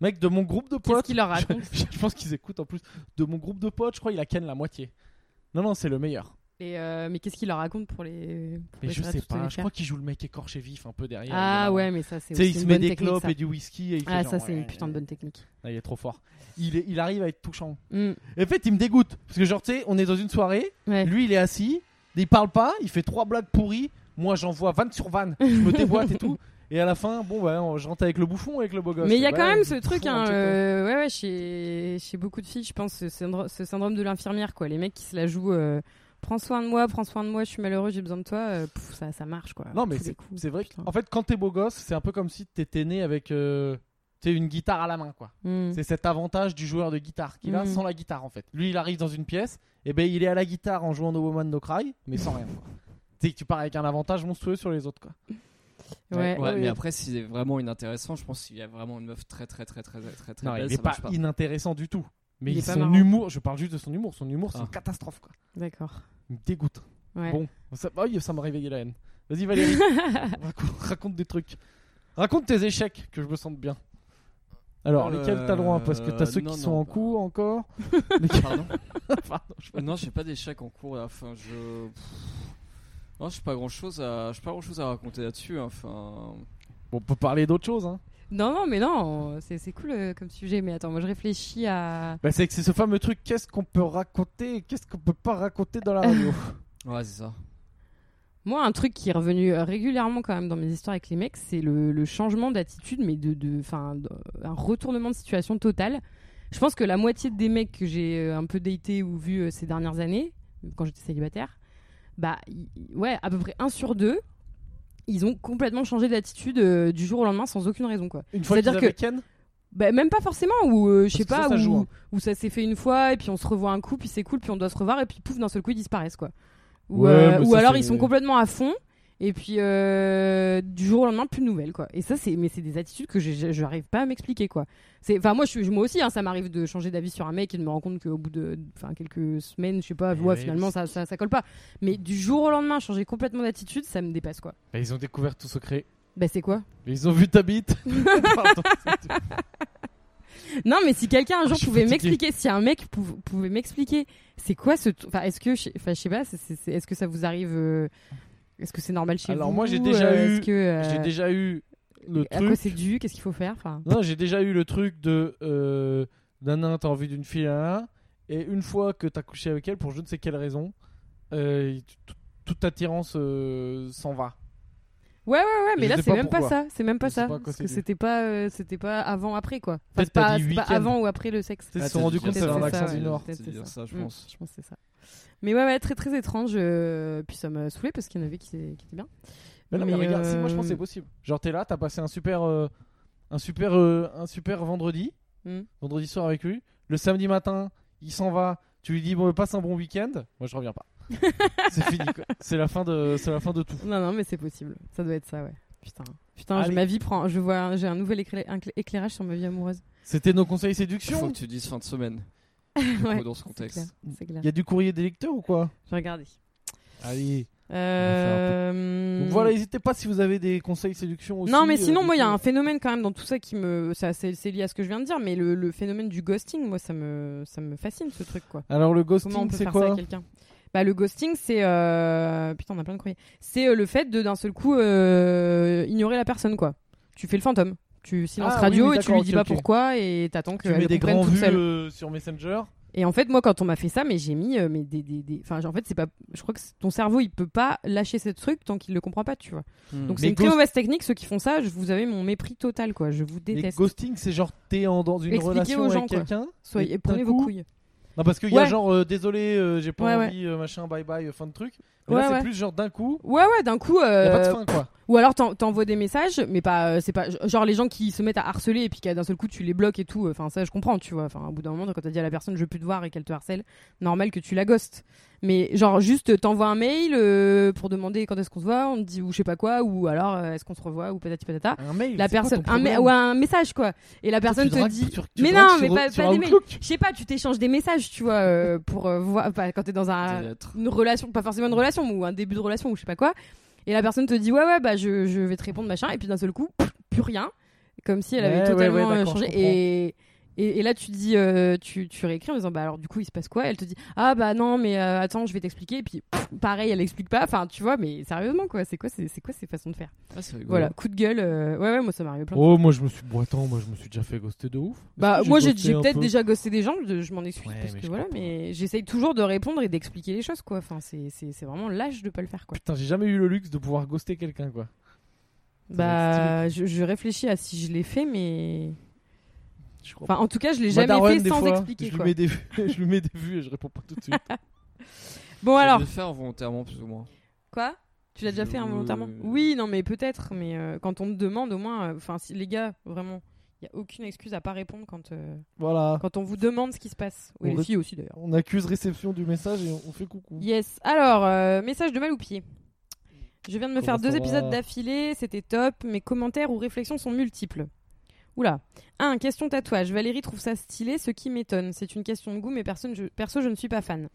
Speaker 1: Mec, de mon groupe de
Speaker 2: Qu'est-ce
Speaker 1: potes.
Speaker 2: qu'il leur raconte
Speaker 1: je, je pense qu'ils écoutent en plus. De mon groupe de potes, je crois il a ken la moitié. Non, non, c'est le meilleur.
Speaker 2: Et, euh, Mais qu'est-ce qu'il leur raconte pour les. pour
Speaker 1: Mais
Speaker 2: les
Speaker 1: je
Speaker 2: faire
Speaker 1: sais
Speaker 2: toutes les
Speaker 1: pas, je
Speaker 2: faire
Speaker 1: crois qu'il joue le mec écorché vif un peu derrière.
Speaker 2: Ah
Speaker 1: évidemment.
Speaker 2: ouais, mais ça, c'est
Speaker 1: Tu sais,
Speaker 2: aussi
Speaker 1: il se
Speaker 2: une
Speaker 1: met
Speaker 2: bonne
Speaker 1: des
Speaker 2: technique.
Speaker 1: clopes
Speaker 2: ça.
Speaker 1: et du whisky. Et il fait
Speaker 2: Ah, ça,
Speaker 1: genre,
Speaker 2: c'est une
Speaker 1: ouais,
Speaker 2: putain de bonne technique.
Speaker 1: Ah, il est trop fort. Il, est- il arrive à être touchant.
Speaker 2: Mm.
Speaker 1: Et en fait, il me dégoûte. Parce que, genre, tu sais, on est dans une soirée,
Speaker 2: Ouais.
Speaker 1: lui il est assis, il parle pas, il fait trois blagues pourries. Moi j'envoie vanne sur vanne, je me déboîte et tout. Et à la fin, bon, bah, on- je rentre avec le bouffon, avec le beau gosse.
Speaker 2: Mais il y a
Speaker 1: Bah,
Speaker 2: quand même
Speaker 1: ils
Speaker 2: ce
Speaker 1: font
Speaker 2: truc,
Speaker 1: un
Speaker 2: hein,
Speaker 1: petit peu.
Speaker 2: euh, ouais, ouais, chez, chez beaucoup de filles, je pense, ce, syndro- ce syndrome de l'infirmière, quoi. Les mecs qui se la jouent, euh, prends soin de moi, prends soin de moi, je suis malheureux, j'ai besoin de toi, euh, pouf, ça, ça marche, quoi.
Speaker 1: Non, mais
Speaker 2: Tous les coups,
Speaker 1: C'est vrai. que-
Speaker 2: putain.
Speaker 1: En fait, quand t'es beau gosse, c'est un peu comme si t'étais né avec euh, tu sais, une guitare à la main, quoi.
Speaker 2: Mm.
Speaker 1: C'est cet avantage du joueur de guitare qu'il a
Speaker 2: Mm.
Speaker 1: sans la guitare, en fait. Lui, il arrive dans une pièce, et ben il est à la guitare en jouant No Woman No Cry, mais sans rien. quoi. Tu sais, que tu pars avec un avantage monstrueux sur les autres, quoi.
Speaker 2: Ouais,
Speaker 3: Ouais,
Speaker 2: ouais,
Speaker 3: mais
Speaker 2: ouais.
Speaker 3: après, s'il est vraiment inintéressant, je pense qu'il y a vraiment une meuf très, très, très, très, très, très, très
Speaker 1: Non,
Speaker 3: belle,
Speaker 1: il est
Speaker 3: ça
Speaker 1: pas,
Speaker 3: marche pas.
Speaker 1: inintéressant du tout. Mais
Speaker 2: Il est pas
Speaker 1: son
Speaker 2: marrant.
Speaker 1: humour, je parle juste de son humour, son humour, c'est
Speaker 3: Ah.
Speaker 1: une catastrophe, quoi.
Speaker 2: D'accord.
Speaker 1: Il me dégoûte.
Speaker 2: Ouais.
Speaker 1: Bon, ça, ah oui, ça m'a réveillé la haine. Vas-y Valérie, raconte, raconte des trucs. Raconte tes échecs, que je me sente bien. Alors,
Speaker 3: Euh,
Speaker 1: lesquels t'as le droit Parce que t'as ceux
Speaker 3: non,
Speaker 1: qui
Speaker 3: non,
Speaker 1: sont en
Speaker 3: bah.
Speaker 1: cours encore.
Speaker 3: Pardon
Speaker 1: Pardon, je-
Speaker 3: Euh, Non, j'ai pas d'échec en cours. là. Enfin, je. Pff. Non, j'ai pas grand chose à, j'ai pas grand chose à raconter là-dessus. hein. Enfin,
Speaker 1: Bon, on peut parler d'autre chose. Hein.
Speaker 2: Non, non, mais non, c'est c'est cool euh, comme sujet, mais attends, moi je réfléchis à.
Speaker 1: Bah, c'est que c'est ce fameux truc qu'est-ce qu'on peut raconter et qu'est-ce qu'on peut pas raconter dans la
Speaker 2: Euh,
Speaker 1: radio.
Speaker 3: ouais, c'est ça.
Speaker 2: Moi, un truc qui est revenu euh, régulièrement quand même dans mes histoires avec les mecs, c'est le, le changement d'attitude, mais de, de, 'fin, de- un retournement de situation total. Je pense que la moitié des mecs que j'ai euh, un peu daté ou vu euh, ces dernières années, quand j'étais célibataire, bah y- y- ouais, à peu près un sur deux, ils ont complètement changé d'attitude euh, du jour au lendemain sans aucune raison quoi.
Speaker 1: Une fois
Speaker 2: C'est-à-dire
Speaker 1: qu'ils
Speaker 2: que-
Speaker 1: avaient Ken,
Speaker 2: Bah, même pas forcément, ou euh, je sais
Speaker 1: Parce que
Speaker 2: pas,
Speaker 1: ça, ça
Speaker 2: ou-
Speaker 1: joue, hein.
Speaker 2: ou ça s'est fait une fois, et puis on se revoit un coup, puis c'est cool, puis on doit se revoir, et puis pouf, d'un seul coup ils disparaissent quoi. Ou,
Speaker 1: Ouais,
Speaker 2: euh,
Speaker 1: mais
Speaker 2: ou
Speaker 1: ça,
Speaker 2: alors
Speaker 1: c'est-
Speaker 2: ils sont complètement à fond, et puis euh, du jour au lendemain plus de nouvelles quoi. Et ça c'est, mais c'est des attitudes que j'ai- j'ai- je n'arrive pas à m'expliquer quoi. C'est, enfin moi je suis- moi aussi hein, ça m'arrive de changer d'avis sur un mec et de me rendre compte qu'au bout de, enfin quelques semaines je sais pas,
Speaker 1: Mais
Speaker 2: ouais,
Speaker 1: Eh oui,
Speaker 2: finalement ça, ça ça colle pas. Mais du jour au lendemain changer complètement d'attitude ça me dépasse quoi.
Speaker 1: bah, ils ont découvert tout secret.
Speaker 2: Bah c'est quoi
Speaker 1: Ils ont vu ta bite. Pardon, c'est-
Speaker 2: Non, mais si quelqu'un un
Speaker 1: Ah,
Speaker 2: jour
Speaker 1: je suis
Speaker 2: pouvait
Speaker 1: fatigué.
Speaker 2: m'expliquer, si un mec pou- pouvait m'expliquer, c'est quoi ce. t- Enfin, est-ce que. je- Enfin, je sais pas, c'est- c'est- c'est- est-ce que ça vous arrive. euh, Est-ce que c'est normal chez vous
Speaker 1: Alors, moi, j'ai déjà
Speaker 2: euh,
Speaker 1: eu-
Speaker 2: est-ce que, euh,
Speaker 1: J'ai déjà eu le
Speaker 2: À
Speaker 1: truc.
Speaker 2: quoi c'est dû Qu'est-ce qu'il faut faire enfin,
Speaker 1: Non, j'ai déjà eu le truc de euh, d'un nain, t'as envie d'une fille à un, et une fois que t'as couché avec elle, pour je ne sais quelle raison, euh, tout- toute attirance euh, s'en va.
Speaker 2: Ouais, mais
Speaker 1: je
Speaker 2: là,
Speaker 1: sais
Speaker 2: c'est
Speaker 1: pas
Speaker 2: même pas
Speaker 1: pourquoi.
Speaker 2: ça. C'est même pas
Speaker 1: Je sais
Speaker 2: ça.
Speaker 1: pas à quoi
Speaker 2: parce
Speaker 1: c'est
Speaker 2: que
Speaker 1: dû.
Speaker 2: c'était pas, euh, c'était pas avant, après, quoi. Enfin,
Speaker 1: Peut-être
Speaker 2: c'est
Speaker 1: t'as
Speaker 2: pas,
Speaker 1: dit
Speaker 2: c'est pas
Speaker 1: week-end.
Speaker 2: avant ou après le sexe.
Speaker 1: Tu sais, Ils
Speaker 3: Ah,
Speaker 1: se sont
Speaker 3: t'as
Speaker 1: rendus
Speaker 3: dû
Speaker 1: compte que
Speaker 3: dire
Speaker 1: ça avait
Speaker 2: ça.
Speaker 1: un accent
Speaker 2: Ouais,
Speaker 1: du Nord.
Speaker 2: peut-être
Speaker 3: C'est
Speaker 2: c'est
Speaker 3: dire
Speaker 2: ça.
Speaker 3: ça, je
Speaker 2: Mm.
Speaker 3: pense.
Speaker 2: Je pense que c'est ça. Mais ouais, ouais, très très étrange. euh, Puis ça m'a saoulé parce qu'il y en avait qui, qui étaient bien.
Speaker 1: Mais non, mais
Speaker 2: Mais,
Speaker 1: regarde, si, moi je pense que
Speaker 2: euh,
Speaker 1: c'est possible. Genre, t'es là, t'as passé un super, euh, un super, euh, un super vendredi,
Speaker 2: Mm.
Speaker 1: vendredi soir avec lui. Le samedi matin, il s'en va. Tu lui dis bon, passe un bon week-end. Moi, je reviens pas. c'est fini. quoi. C'est la fin de, c'est la fin de tout.
Speaker 2: Non, non, mais c'est possible. Ça doit être ça, ouais. Putain. Putain, je-
Speaker 1: Allez.
Speaker 2: ma vie prend. Je vois, un- j'ai un nouvel écla- un cl- éclairage sur ma vie amoureuse.
Speaker 1: C'était nos conseils
Speaker 3: Il faut
Speaker 1: séduction.
Speaker 3: que tu dises fin de semaine.
Speaker 2: ouais,
Speaker 3: dans ce
Speaker 2: c'est clair,
Speaker 3: contexte.
Speaker 2: c'est clair.
Speaker 1: Il y a du courrier des lecteurs ou quoi
Speaker 2: J'ai regardé.
Speaker 1: Allez,
Speaker 2: Euh,
Speaker 1: Donc voilà, n'hésitez pas si vous avez des conseils séduction aussi.
Speaker 2: non, mais
Speaker 1: euh,
Speaker 2: sinon,
Speaker 1: du
Speaker 2: moi, il y a
Speaker 1: coup.
Speaker 2: un phénomène quand même dans tout ça qui me. ça, C'est c'est lié à ce que je viens de dire, mais le, le phénomène du ghosting, moi, ça me, ça me fascine ce truc, quoi.
Speaker 1: Alors le
Speaker 2: Comment on
Speaker 1: ghosting,
Speaker 2: peut
Speaker 1: c'est
Speaker 2: faire ça à
Speaker 1: quoi
Speaker 2: quelqu'un bah, le ghosting, c'est euh, putain, on a plein de courriers. C'est euh, le fait de d'un seul coup euh, ignorer la personne, quoi. Tu fais le fantôme, tu silences
Speaker 1: Ah,
Speaker 2: radio
Speaker 1: oui, oui,
Speaker 2: et tu lui
Speaker 1: d'accord,
Speaker 2: dis
Speaker 1: ok,
Speaker 2: pas
Speaker 1: ok.
Speaker 2: pourquoi et t'attends
Speaker 1: Tu
Speaker 2: qu'elle
Speaker 1: mets
Speaker 2: le
Speaker 1: des
Speaker 2: comprenne
Speaker 1: grands
Speaker 2: toute
Speaker 1: vues
Speaker 2: seule.
Speaker 1: euh, sur Messenger.
Speaker 2: Et en fait, moi, quand on m'a fait ça, mais j'ai mis, euh, mais des, des, des- enfin, genre, en fait, c'est pas. Je crois que c'est- ton cerveau, il peut pas lâcher ce truc tant qu'il le comprend pas, tu vois. Donc
Speaker 1: Mm.
Speaker 3: Hmm.
Speaker 1: Mais
Speaker 2: c'est une très
Speaker 1: ghost-
Speaker 2: mauvaise technique. Ceux qui font ça, je vous avez mon mépris total, quoi. Je vous
Speaker 1: Et
Speaker 2: déteste.
Speaker 1: ghosting, c'est genre t'es en- dans une
Speaker 2: Expliquez
Speaker 1: relation
Speaker 2: aux gens,
Speaker 1: avec
Speaker 2: quoi.
Speaker 1: quelqu'un.
Speaker 2: Soyez,
Speaker 1: et
Speaker 2: prenez
Speaker 1: d'un
Speaker 2: vos
Speaker 1: coup-
Speaker 2: couilles.
Speaker 1: Non, parce qu'il y a
Speaker 2: Ouais.
Speaker 1: genre euh, désolé, euh, j'ai pas
Speaker 2: Ouais, ouais.
Speaker 1: envie, euh, machin, bye bye, euh, fin de truc. Mais
Speaker 2: Ouais,
Speaker 1: là, c'est
Speaker 2: ouais.
Speaker 1: plus genre d'un coup.
Speaker 2: Ouais, ouais, d'un coup.
Speaker 1: Y a pas
Speaker 2: euh,
Speaker 1: de fin quoi.
Speaker 2: Ou alors t'en- t'envoies des messages, mais pas, euh, c'est pas genre les gens qui se mettent à harceler et puis qu'à d'un seul coup tu les bloques et tout. euh, Enfin ça je comprends, tu vois. Enfin au bout d'un moment quand t'as dit à la personne je veux plus te voir et qu'elle te harcèle, normal que tu la ghostes. Mais genre juste euh, t'envoies un mail euh, pour demander quand est-ce qu'on se voit, on te dit ou je sais pas quoi, ou alors euh, est-ce qu'on se revoit ou patati patata.
Speaker 1: Un mail.
Speaker 2: La
Speaker 1: c'est quoi
Speaker 2: personne,
Speaker 1: ton
Speaker 2: un, ma-
Speaker 1: problème
Speaker 2: ou un message quoi. Et la personne
Speaker 1: Tu
Speaker 2: te
Speaker 1: dragues
Speaker 2: dit,
Speaker 1: sur- tu
Speaker 2: mais
Speaker 1: dragues
Speaker 2: non, mais
Speaker 1: sur-
Speaker 2: pas,
Speaker 1: sur
Speaker 2: pas des mails.
Speaker 1: Outlook.
Speaker 2: Je sais pas, tu t'échanges des messages, tu vois, euh, pour euh, voir pas- quand t'es dans un,
Speaker 3: Des lettres.
Speaker 2: une relation, pas forcément une relation, mais ou un début de relation ou je sais pas quoi. Et la personne te dit ouais ouais bah je, je vais te répondre machin et puis d'un seul coup pff, plus rien, comme si elle avait
Speaker 1: Ouais, ouais,
Speaker 2: totalement
Speaker 1: ouais,
Speaker 2: euh,
Speaker 1: d'accord,
Speaker 2: changé.
Speaker 1: je comprends.
Speaker 2: Et, et, et là tu dis euh, tu, tu réécris en disant bah alors du coup il se passe quoi Elle te dit ah bah non mais euh, attends je vais t'expliquer et puis pff, pareil elle explique pas. Enfin tu vois mais sérieusement quoi c'est quoi c'est c'est quoi ces façons de faire
Speaker 3: Ah, c'est rigolo.
Speaker 2: Voilà coup de gueule euh, ouais ouais moi ça m'arrive plein. de
Speaker 1: Oh, moi je me suis. Bon, attends, moi je me suis déjà fait ghoster de ouf.
Speaker 2: bah,
Speaker 1: Est-ce que
Speaker 2: moi, j'ai
Speaker 1: ghosté
Speaker 2: j'ai
Speaker 1: un
Speaker 2: peut-être
Speaker 1: peu
Speaker 2: déjà ghosté des gens, je, je m'en excuse
Speaker 1: Ouais,
Speaker 2: parce
Speaker 1: mais
Speaker 2: que
Speaker 1: je
Speaker 2: voilà,
Speaker 1: comprends.
Speaker 2: mais j'essaye toujours de répondre et d'expliquer les choses, quoi. Enfin, c'est- c'est c'est vraiment lâche de pas le faire, quoi.
Speaker 1: Putain, j'ai jamais eu le luxe de pouvoir ghoster quelqu'un quoi.
Speaker 2: Bah, je, je réfléchis à si je l'ai fait, mais.
Speaker 1: Je crois
Speaker 2: Enfin, en tout cas, je l'ai
Speaker 1: Ma
Speaker 2: jamais
Speaker 1: daronne,
Speaker 2: fait
Speaker 1: des
Speaker 2: sans
Speaker 1: fois,
Speaker 2: expliquer,
Speaker 1: Je
Speaker 2: quoi.
Speaker 1: lui, mets des vues, je lui mets des vues et je réponds pas tout de suite.
Speaker 2: Bon,
Speaker 3: Je vais
Speaker 2: alors.
Speaker 3: le faire volontairement, plus ou moins.
Speaker 2: Quoi Tu l'as déjà
Speaker 3: Je-
Speaker 2: fait hein, involontairement
Speaker 3: euh,
Speaker 2: Oui, non, mais peut-être, mais euh, quand on te demande, au moins. euh, Enfin, si, les gars, vraiment, il n'y a aucune excuse à pas répondre quand, euh,
Speaker 1: voilà.
Speaker 2: quand on vous demande ce qui se passe.
Speaker 1: Ah. On
Speaker 2: Oui, les
Speaker 1: ré-
Speaker 2: filles aussi, d'ailleurs.
Speaker 1: On accuse réception du message et on on fait coucou.
Speaker 2: Yes. Alors, euh, message de mal ou pied. Je viens de me
Speaker 1: Comment
Speaker 2: faire deux
Speaker 1: ça
Speaker 2: épisodes
Speaker 1: va
Speaker 2: d'affilée, c'était top. Mes commentaires ou réflexions sont multiples. Oula. 1. Question tatouage. Valérie trouve ça stylé, ce qui m'étonne. C'est une question de goût, mais personne, je- perso, je ne suis pas fan.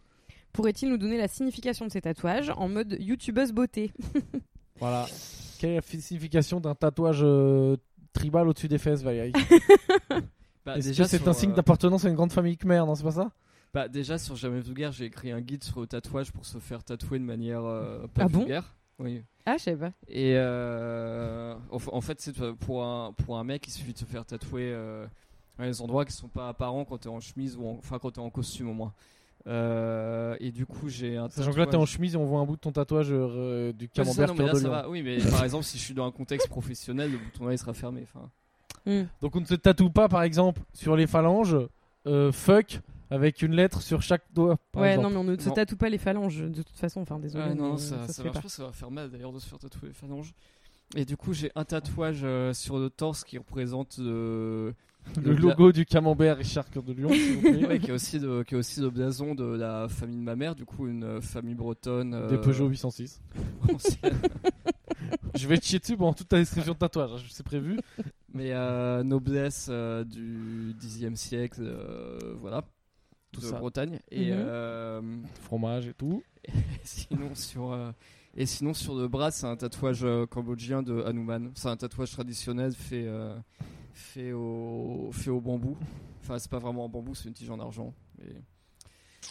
Speaker 2: Pourrait-il nous donner la signification de ces tatouages en mode youtubeuse beauté
Speaker 1: Voilà. Quelle est la signification d'un tatouage euh, tribal au-dessus des fesses, Valérie
Speaker 3: Bah,
Speaker 1: Est-ce
Speaker 3: déjà,
Speaker 1: que c'est
Speaker 3: sur,
Speaker 1: un signe
Speaker 3: euh,
Speaker 1: d'appartenance à une grande famille khmer, non C'est pas ça
Speaker 3: Bah déjà sur Jamais vulgaire, j'ai écrit un guide sur le tatouage pour se faire tatouer de manière euh, pas
Speaker 2: Ah bon
Speaker 3: vulgaire. oui.
Speaker 2: Ah, je sais pas.
Speaker 3: Et euh, en f- en fait, c'est pour un pour un mec, il suffit de se faire tatouer euh, dans les endroits qui sont pas apparents quand t'es en chemise ou en, enfin quand t'es en costume au moins. Euh, et du coup, j'ai un.
Speaker 1: Sachant que là, t'es en
Speaker 3: tatouage-
Speaker 1: chemise et on voit un bout de ton tatouage euh, du
Speaker 3: Ouais, c'est ça,
Speaker 1: camembert
Speaker 3: non, mais
Speaker 1: cœur
Speaker 3: là,
Speaker 1: de
Speaker 3: ça
Speaker 1: lion.
Speaker 3: va. Oui, mais par exemple, si je suis dans un contexte professionnel, le bouton là il sera fermé. Enfin,
Speaker 2: Hmm.
Speaker 1: Donc on ne se tatoue pas, par exemple, sur les phalanges, euh, fuck, avec une lettre sur chaque doigt. par
Speaker 2: Ouais,
Speaker 1: exemple.
Speaker 2: non, mais on ne se
Speaker 3: Non.
Speaker 2: tatoue pas les phalanges, de toute façon. Enfin, désolé.
Speaker 3: Ah non,
Speaker 2: mais
Speaker 3: ça,
Speaker 2: se
Speaker 3: ça
Speaker 2: fait
Speaker 3: marche
Speaker 2: pas.
Speaker 3: pas. ça va faire mal d'ailleurs de se faire tatouer les phalanges. Et du coup, j'ai un tatouage euh, sur le torse qui représente euh,
Speaker 1: Le logo du camembert Richard Cœur de Lion, s'il vous plaît.
Speaker 3: ouais, qui est aussi de, qui est aussi le blason de la famille de ma mère, du coup une euh, famille bretonne. euh,
Speaker 1: Des Peugeot 806.
Speaker 3: ancienne.
Speaker 1: Je vais te chier dessus pendant toute ta description de tatouage, hein, c'est prévu.
Speaker 3: Mais euh, noblesse euh, du 10e siècle, euh, voilà,
Speaker 1: Tout
Speaker 3: de
Speaker 1: ça.
Speaker 3: Bretagne. Et,
Speaker 2: Mhm.
Speaker 3: euh,
Speaker 1: Fromage et tout.
Speaker 3: sinon sur euh, et sinon sur le bras, c'est un tatouage euh, cambodgien de Hanuman. C'est un tatouage traditionnel fait euh, fait au fait au bambou. Enfin, c'est pas vraiment en bambou, c'est une tige en argent. Mais,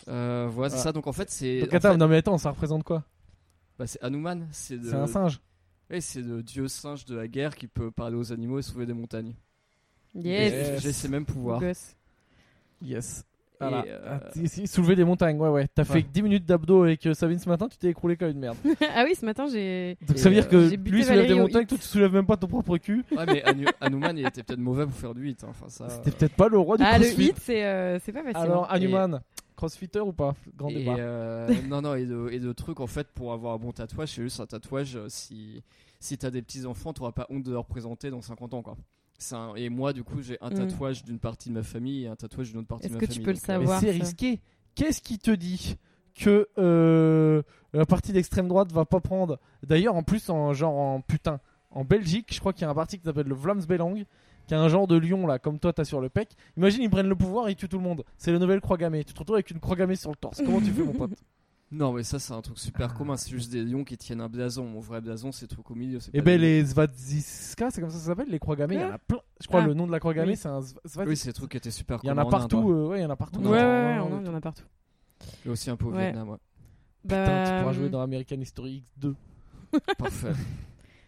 Speaker 3: euh, voilà, c'est
Speaker 1: Ah.
Speaker 3: ça. Donc en fait, c'est
Speaker 1: Donc
Speaker 3: en
Speaker 1: attends,
Speaker 3: fait,
Speaker 1: non mais attends, ça représente quoi
Speaker 3: bah, c'est Hanuman, c'est de-
Speaker 1: C'est un singe.
Speaker 3: Ouais, c'est le dieu singe de la guerre qui peut parler aux animaux et sauver des montagnes.
Speaker 2: Yes.
Speaker 1: Yes.
Speaker 3: J'ai ces mêmes pouvoirs.
Speaker 2: Gosse.
Speaker 1: Yes.
Speaker 3: Et,
Speaker 1: Voilà.
Speaker 3: euh,
Speaker 1: Ah, si, si, soulever des montagnes, ouais, ouais. T'as fait
Speaker 3: Ouais.
Speaker 1: 10 minutes d'abdos avec euh, Sabine ce matin, tu t'es écroulé comme une merde.
Speaker 2: ah oui, ce matin, j'ai.
Speaker 1: Donc
Speaker 3: Et,
Speaker 1: ça veut
Speaker 3: euh,
Speaker 1: dire que
Speaker 2: j'ai buté
Speaker 1: lui soulève des
Speaker 2: Valérie au
Speaker 1: montagnes, toi tu soulèves même pas ton propre cul.
Speaker 3: Ouais, mais Anu- Hanuman, il était peut-être mauvais pour faire du hit. hein. Enfin, ça,
Speaker 1: C'était
Speaker 3: euh,
Speaker 1: peut-être pas le roi du
Speaker 2: Ah, le
Speaker 1: crossfit.
Speaker 2: hit, c'est euh, c'est pas facile. hein.
Speaker 1: Alors, Hanuman, crossfitter ou pas Grand
Speaker 3: et,
Speaker 1: débat.
Speaker 3: euh, non, non, et le, et le truc en fait pour avoir un bon tatouage, c'est juste un tatouage. euh, Si, si t'as des petits enfants, t'auras pas honte de leur présenter dans 50 ans quoi. C'est un- et moi, du coup, j'ai un
Speaker 2: Mm.
Speaker 3: tatouage d'une partie de ma famille et un tatouage d'une autre partie
Speaker 2: Est-ce
Speaker 3: de ma
Speaker 2: que tu
Speaker 3: famille.
Speaker 2: peux le
Speaker 3: donc, euh,
Speaker 1: Mais
Speaker 2: savoir,
Speaker 1: c'est
Speaker 2: ça.
Speaker 1: risqué. Qu'est-ce qui te dit que euh, la partie d'extrême droite va pas prendre D'ailleurs, en plus, en genre en putain, en Belgique, je crois qu'il y a un parti qui s'appelle le Vlaamsbelang, qui a un genre de lion là, comme toi, t'as sur le pec. Imagine, ils prennent le pouvoir et ils tuent tout le monde. C'est la nouvelle croix gammée. Tu te retrouves avec une croix gammée sur le torse. Comment tu fais, mon pote
Speaker 3: Non, mais ça, c'est un truc
Speaker 2: Ah.
Speaker 3: super commun. C'est juste des lions qui tiennent un blason. Mon vrai blason, c'est le truc au milieu. c'est
Speaker 1: Et
Speaker 3: pas
Speaker 1: ben
Speaker 3: des lions.
Speaker 1: les Svadziska, c'est comme ça que ça s'appelle, les croix gammées, il y en a plein. Je crois
Speaker 2: Ah.
Speaker 1: le nom de la croix gammée,
Speaker 2: Oui.
Speaker 1: c'est un Sva- Svadz-
Speaker 3: Oui, c'est des trucs qui étaient super
Speaker 1: Il y en
Speaker 3: communs.
Speaker 1: a
Speaker 3: en Inde,
Speaker 1: partout,
Speaker 3: ouais.
Speaker 1: euh, ouais, il y en a partout.
Speaker 2: Ouais,
Speaker 1: dans-
Speaker 2: ouais,
Speaker 1: dans-
Speaker 2: ouais,
Speaker 1: dans-
Speaker 2: en Inde, il y en a partout.
Speaker 3: Et aussi un peu au
Speaker 2: Ouais.
Speaker 3: Vietnam, ouais.
Speaker 1: Putain, tu
Speaker 2: Bah,
Speaker 1: pourras jouer dans American History X 2.
Speaker 3: Parfait.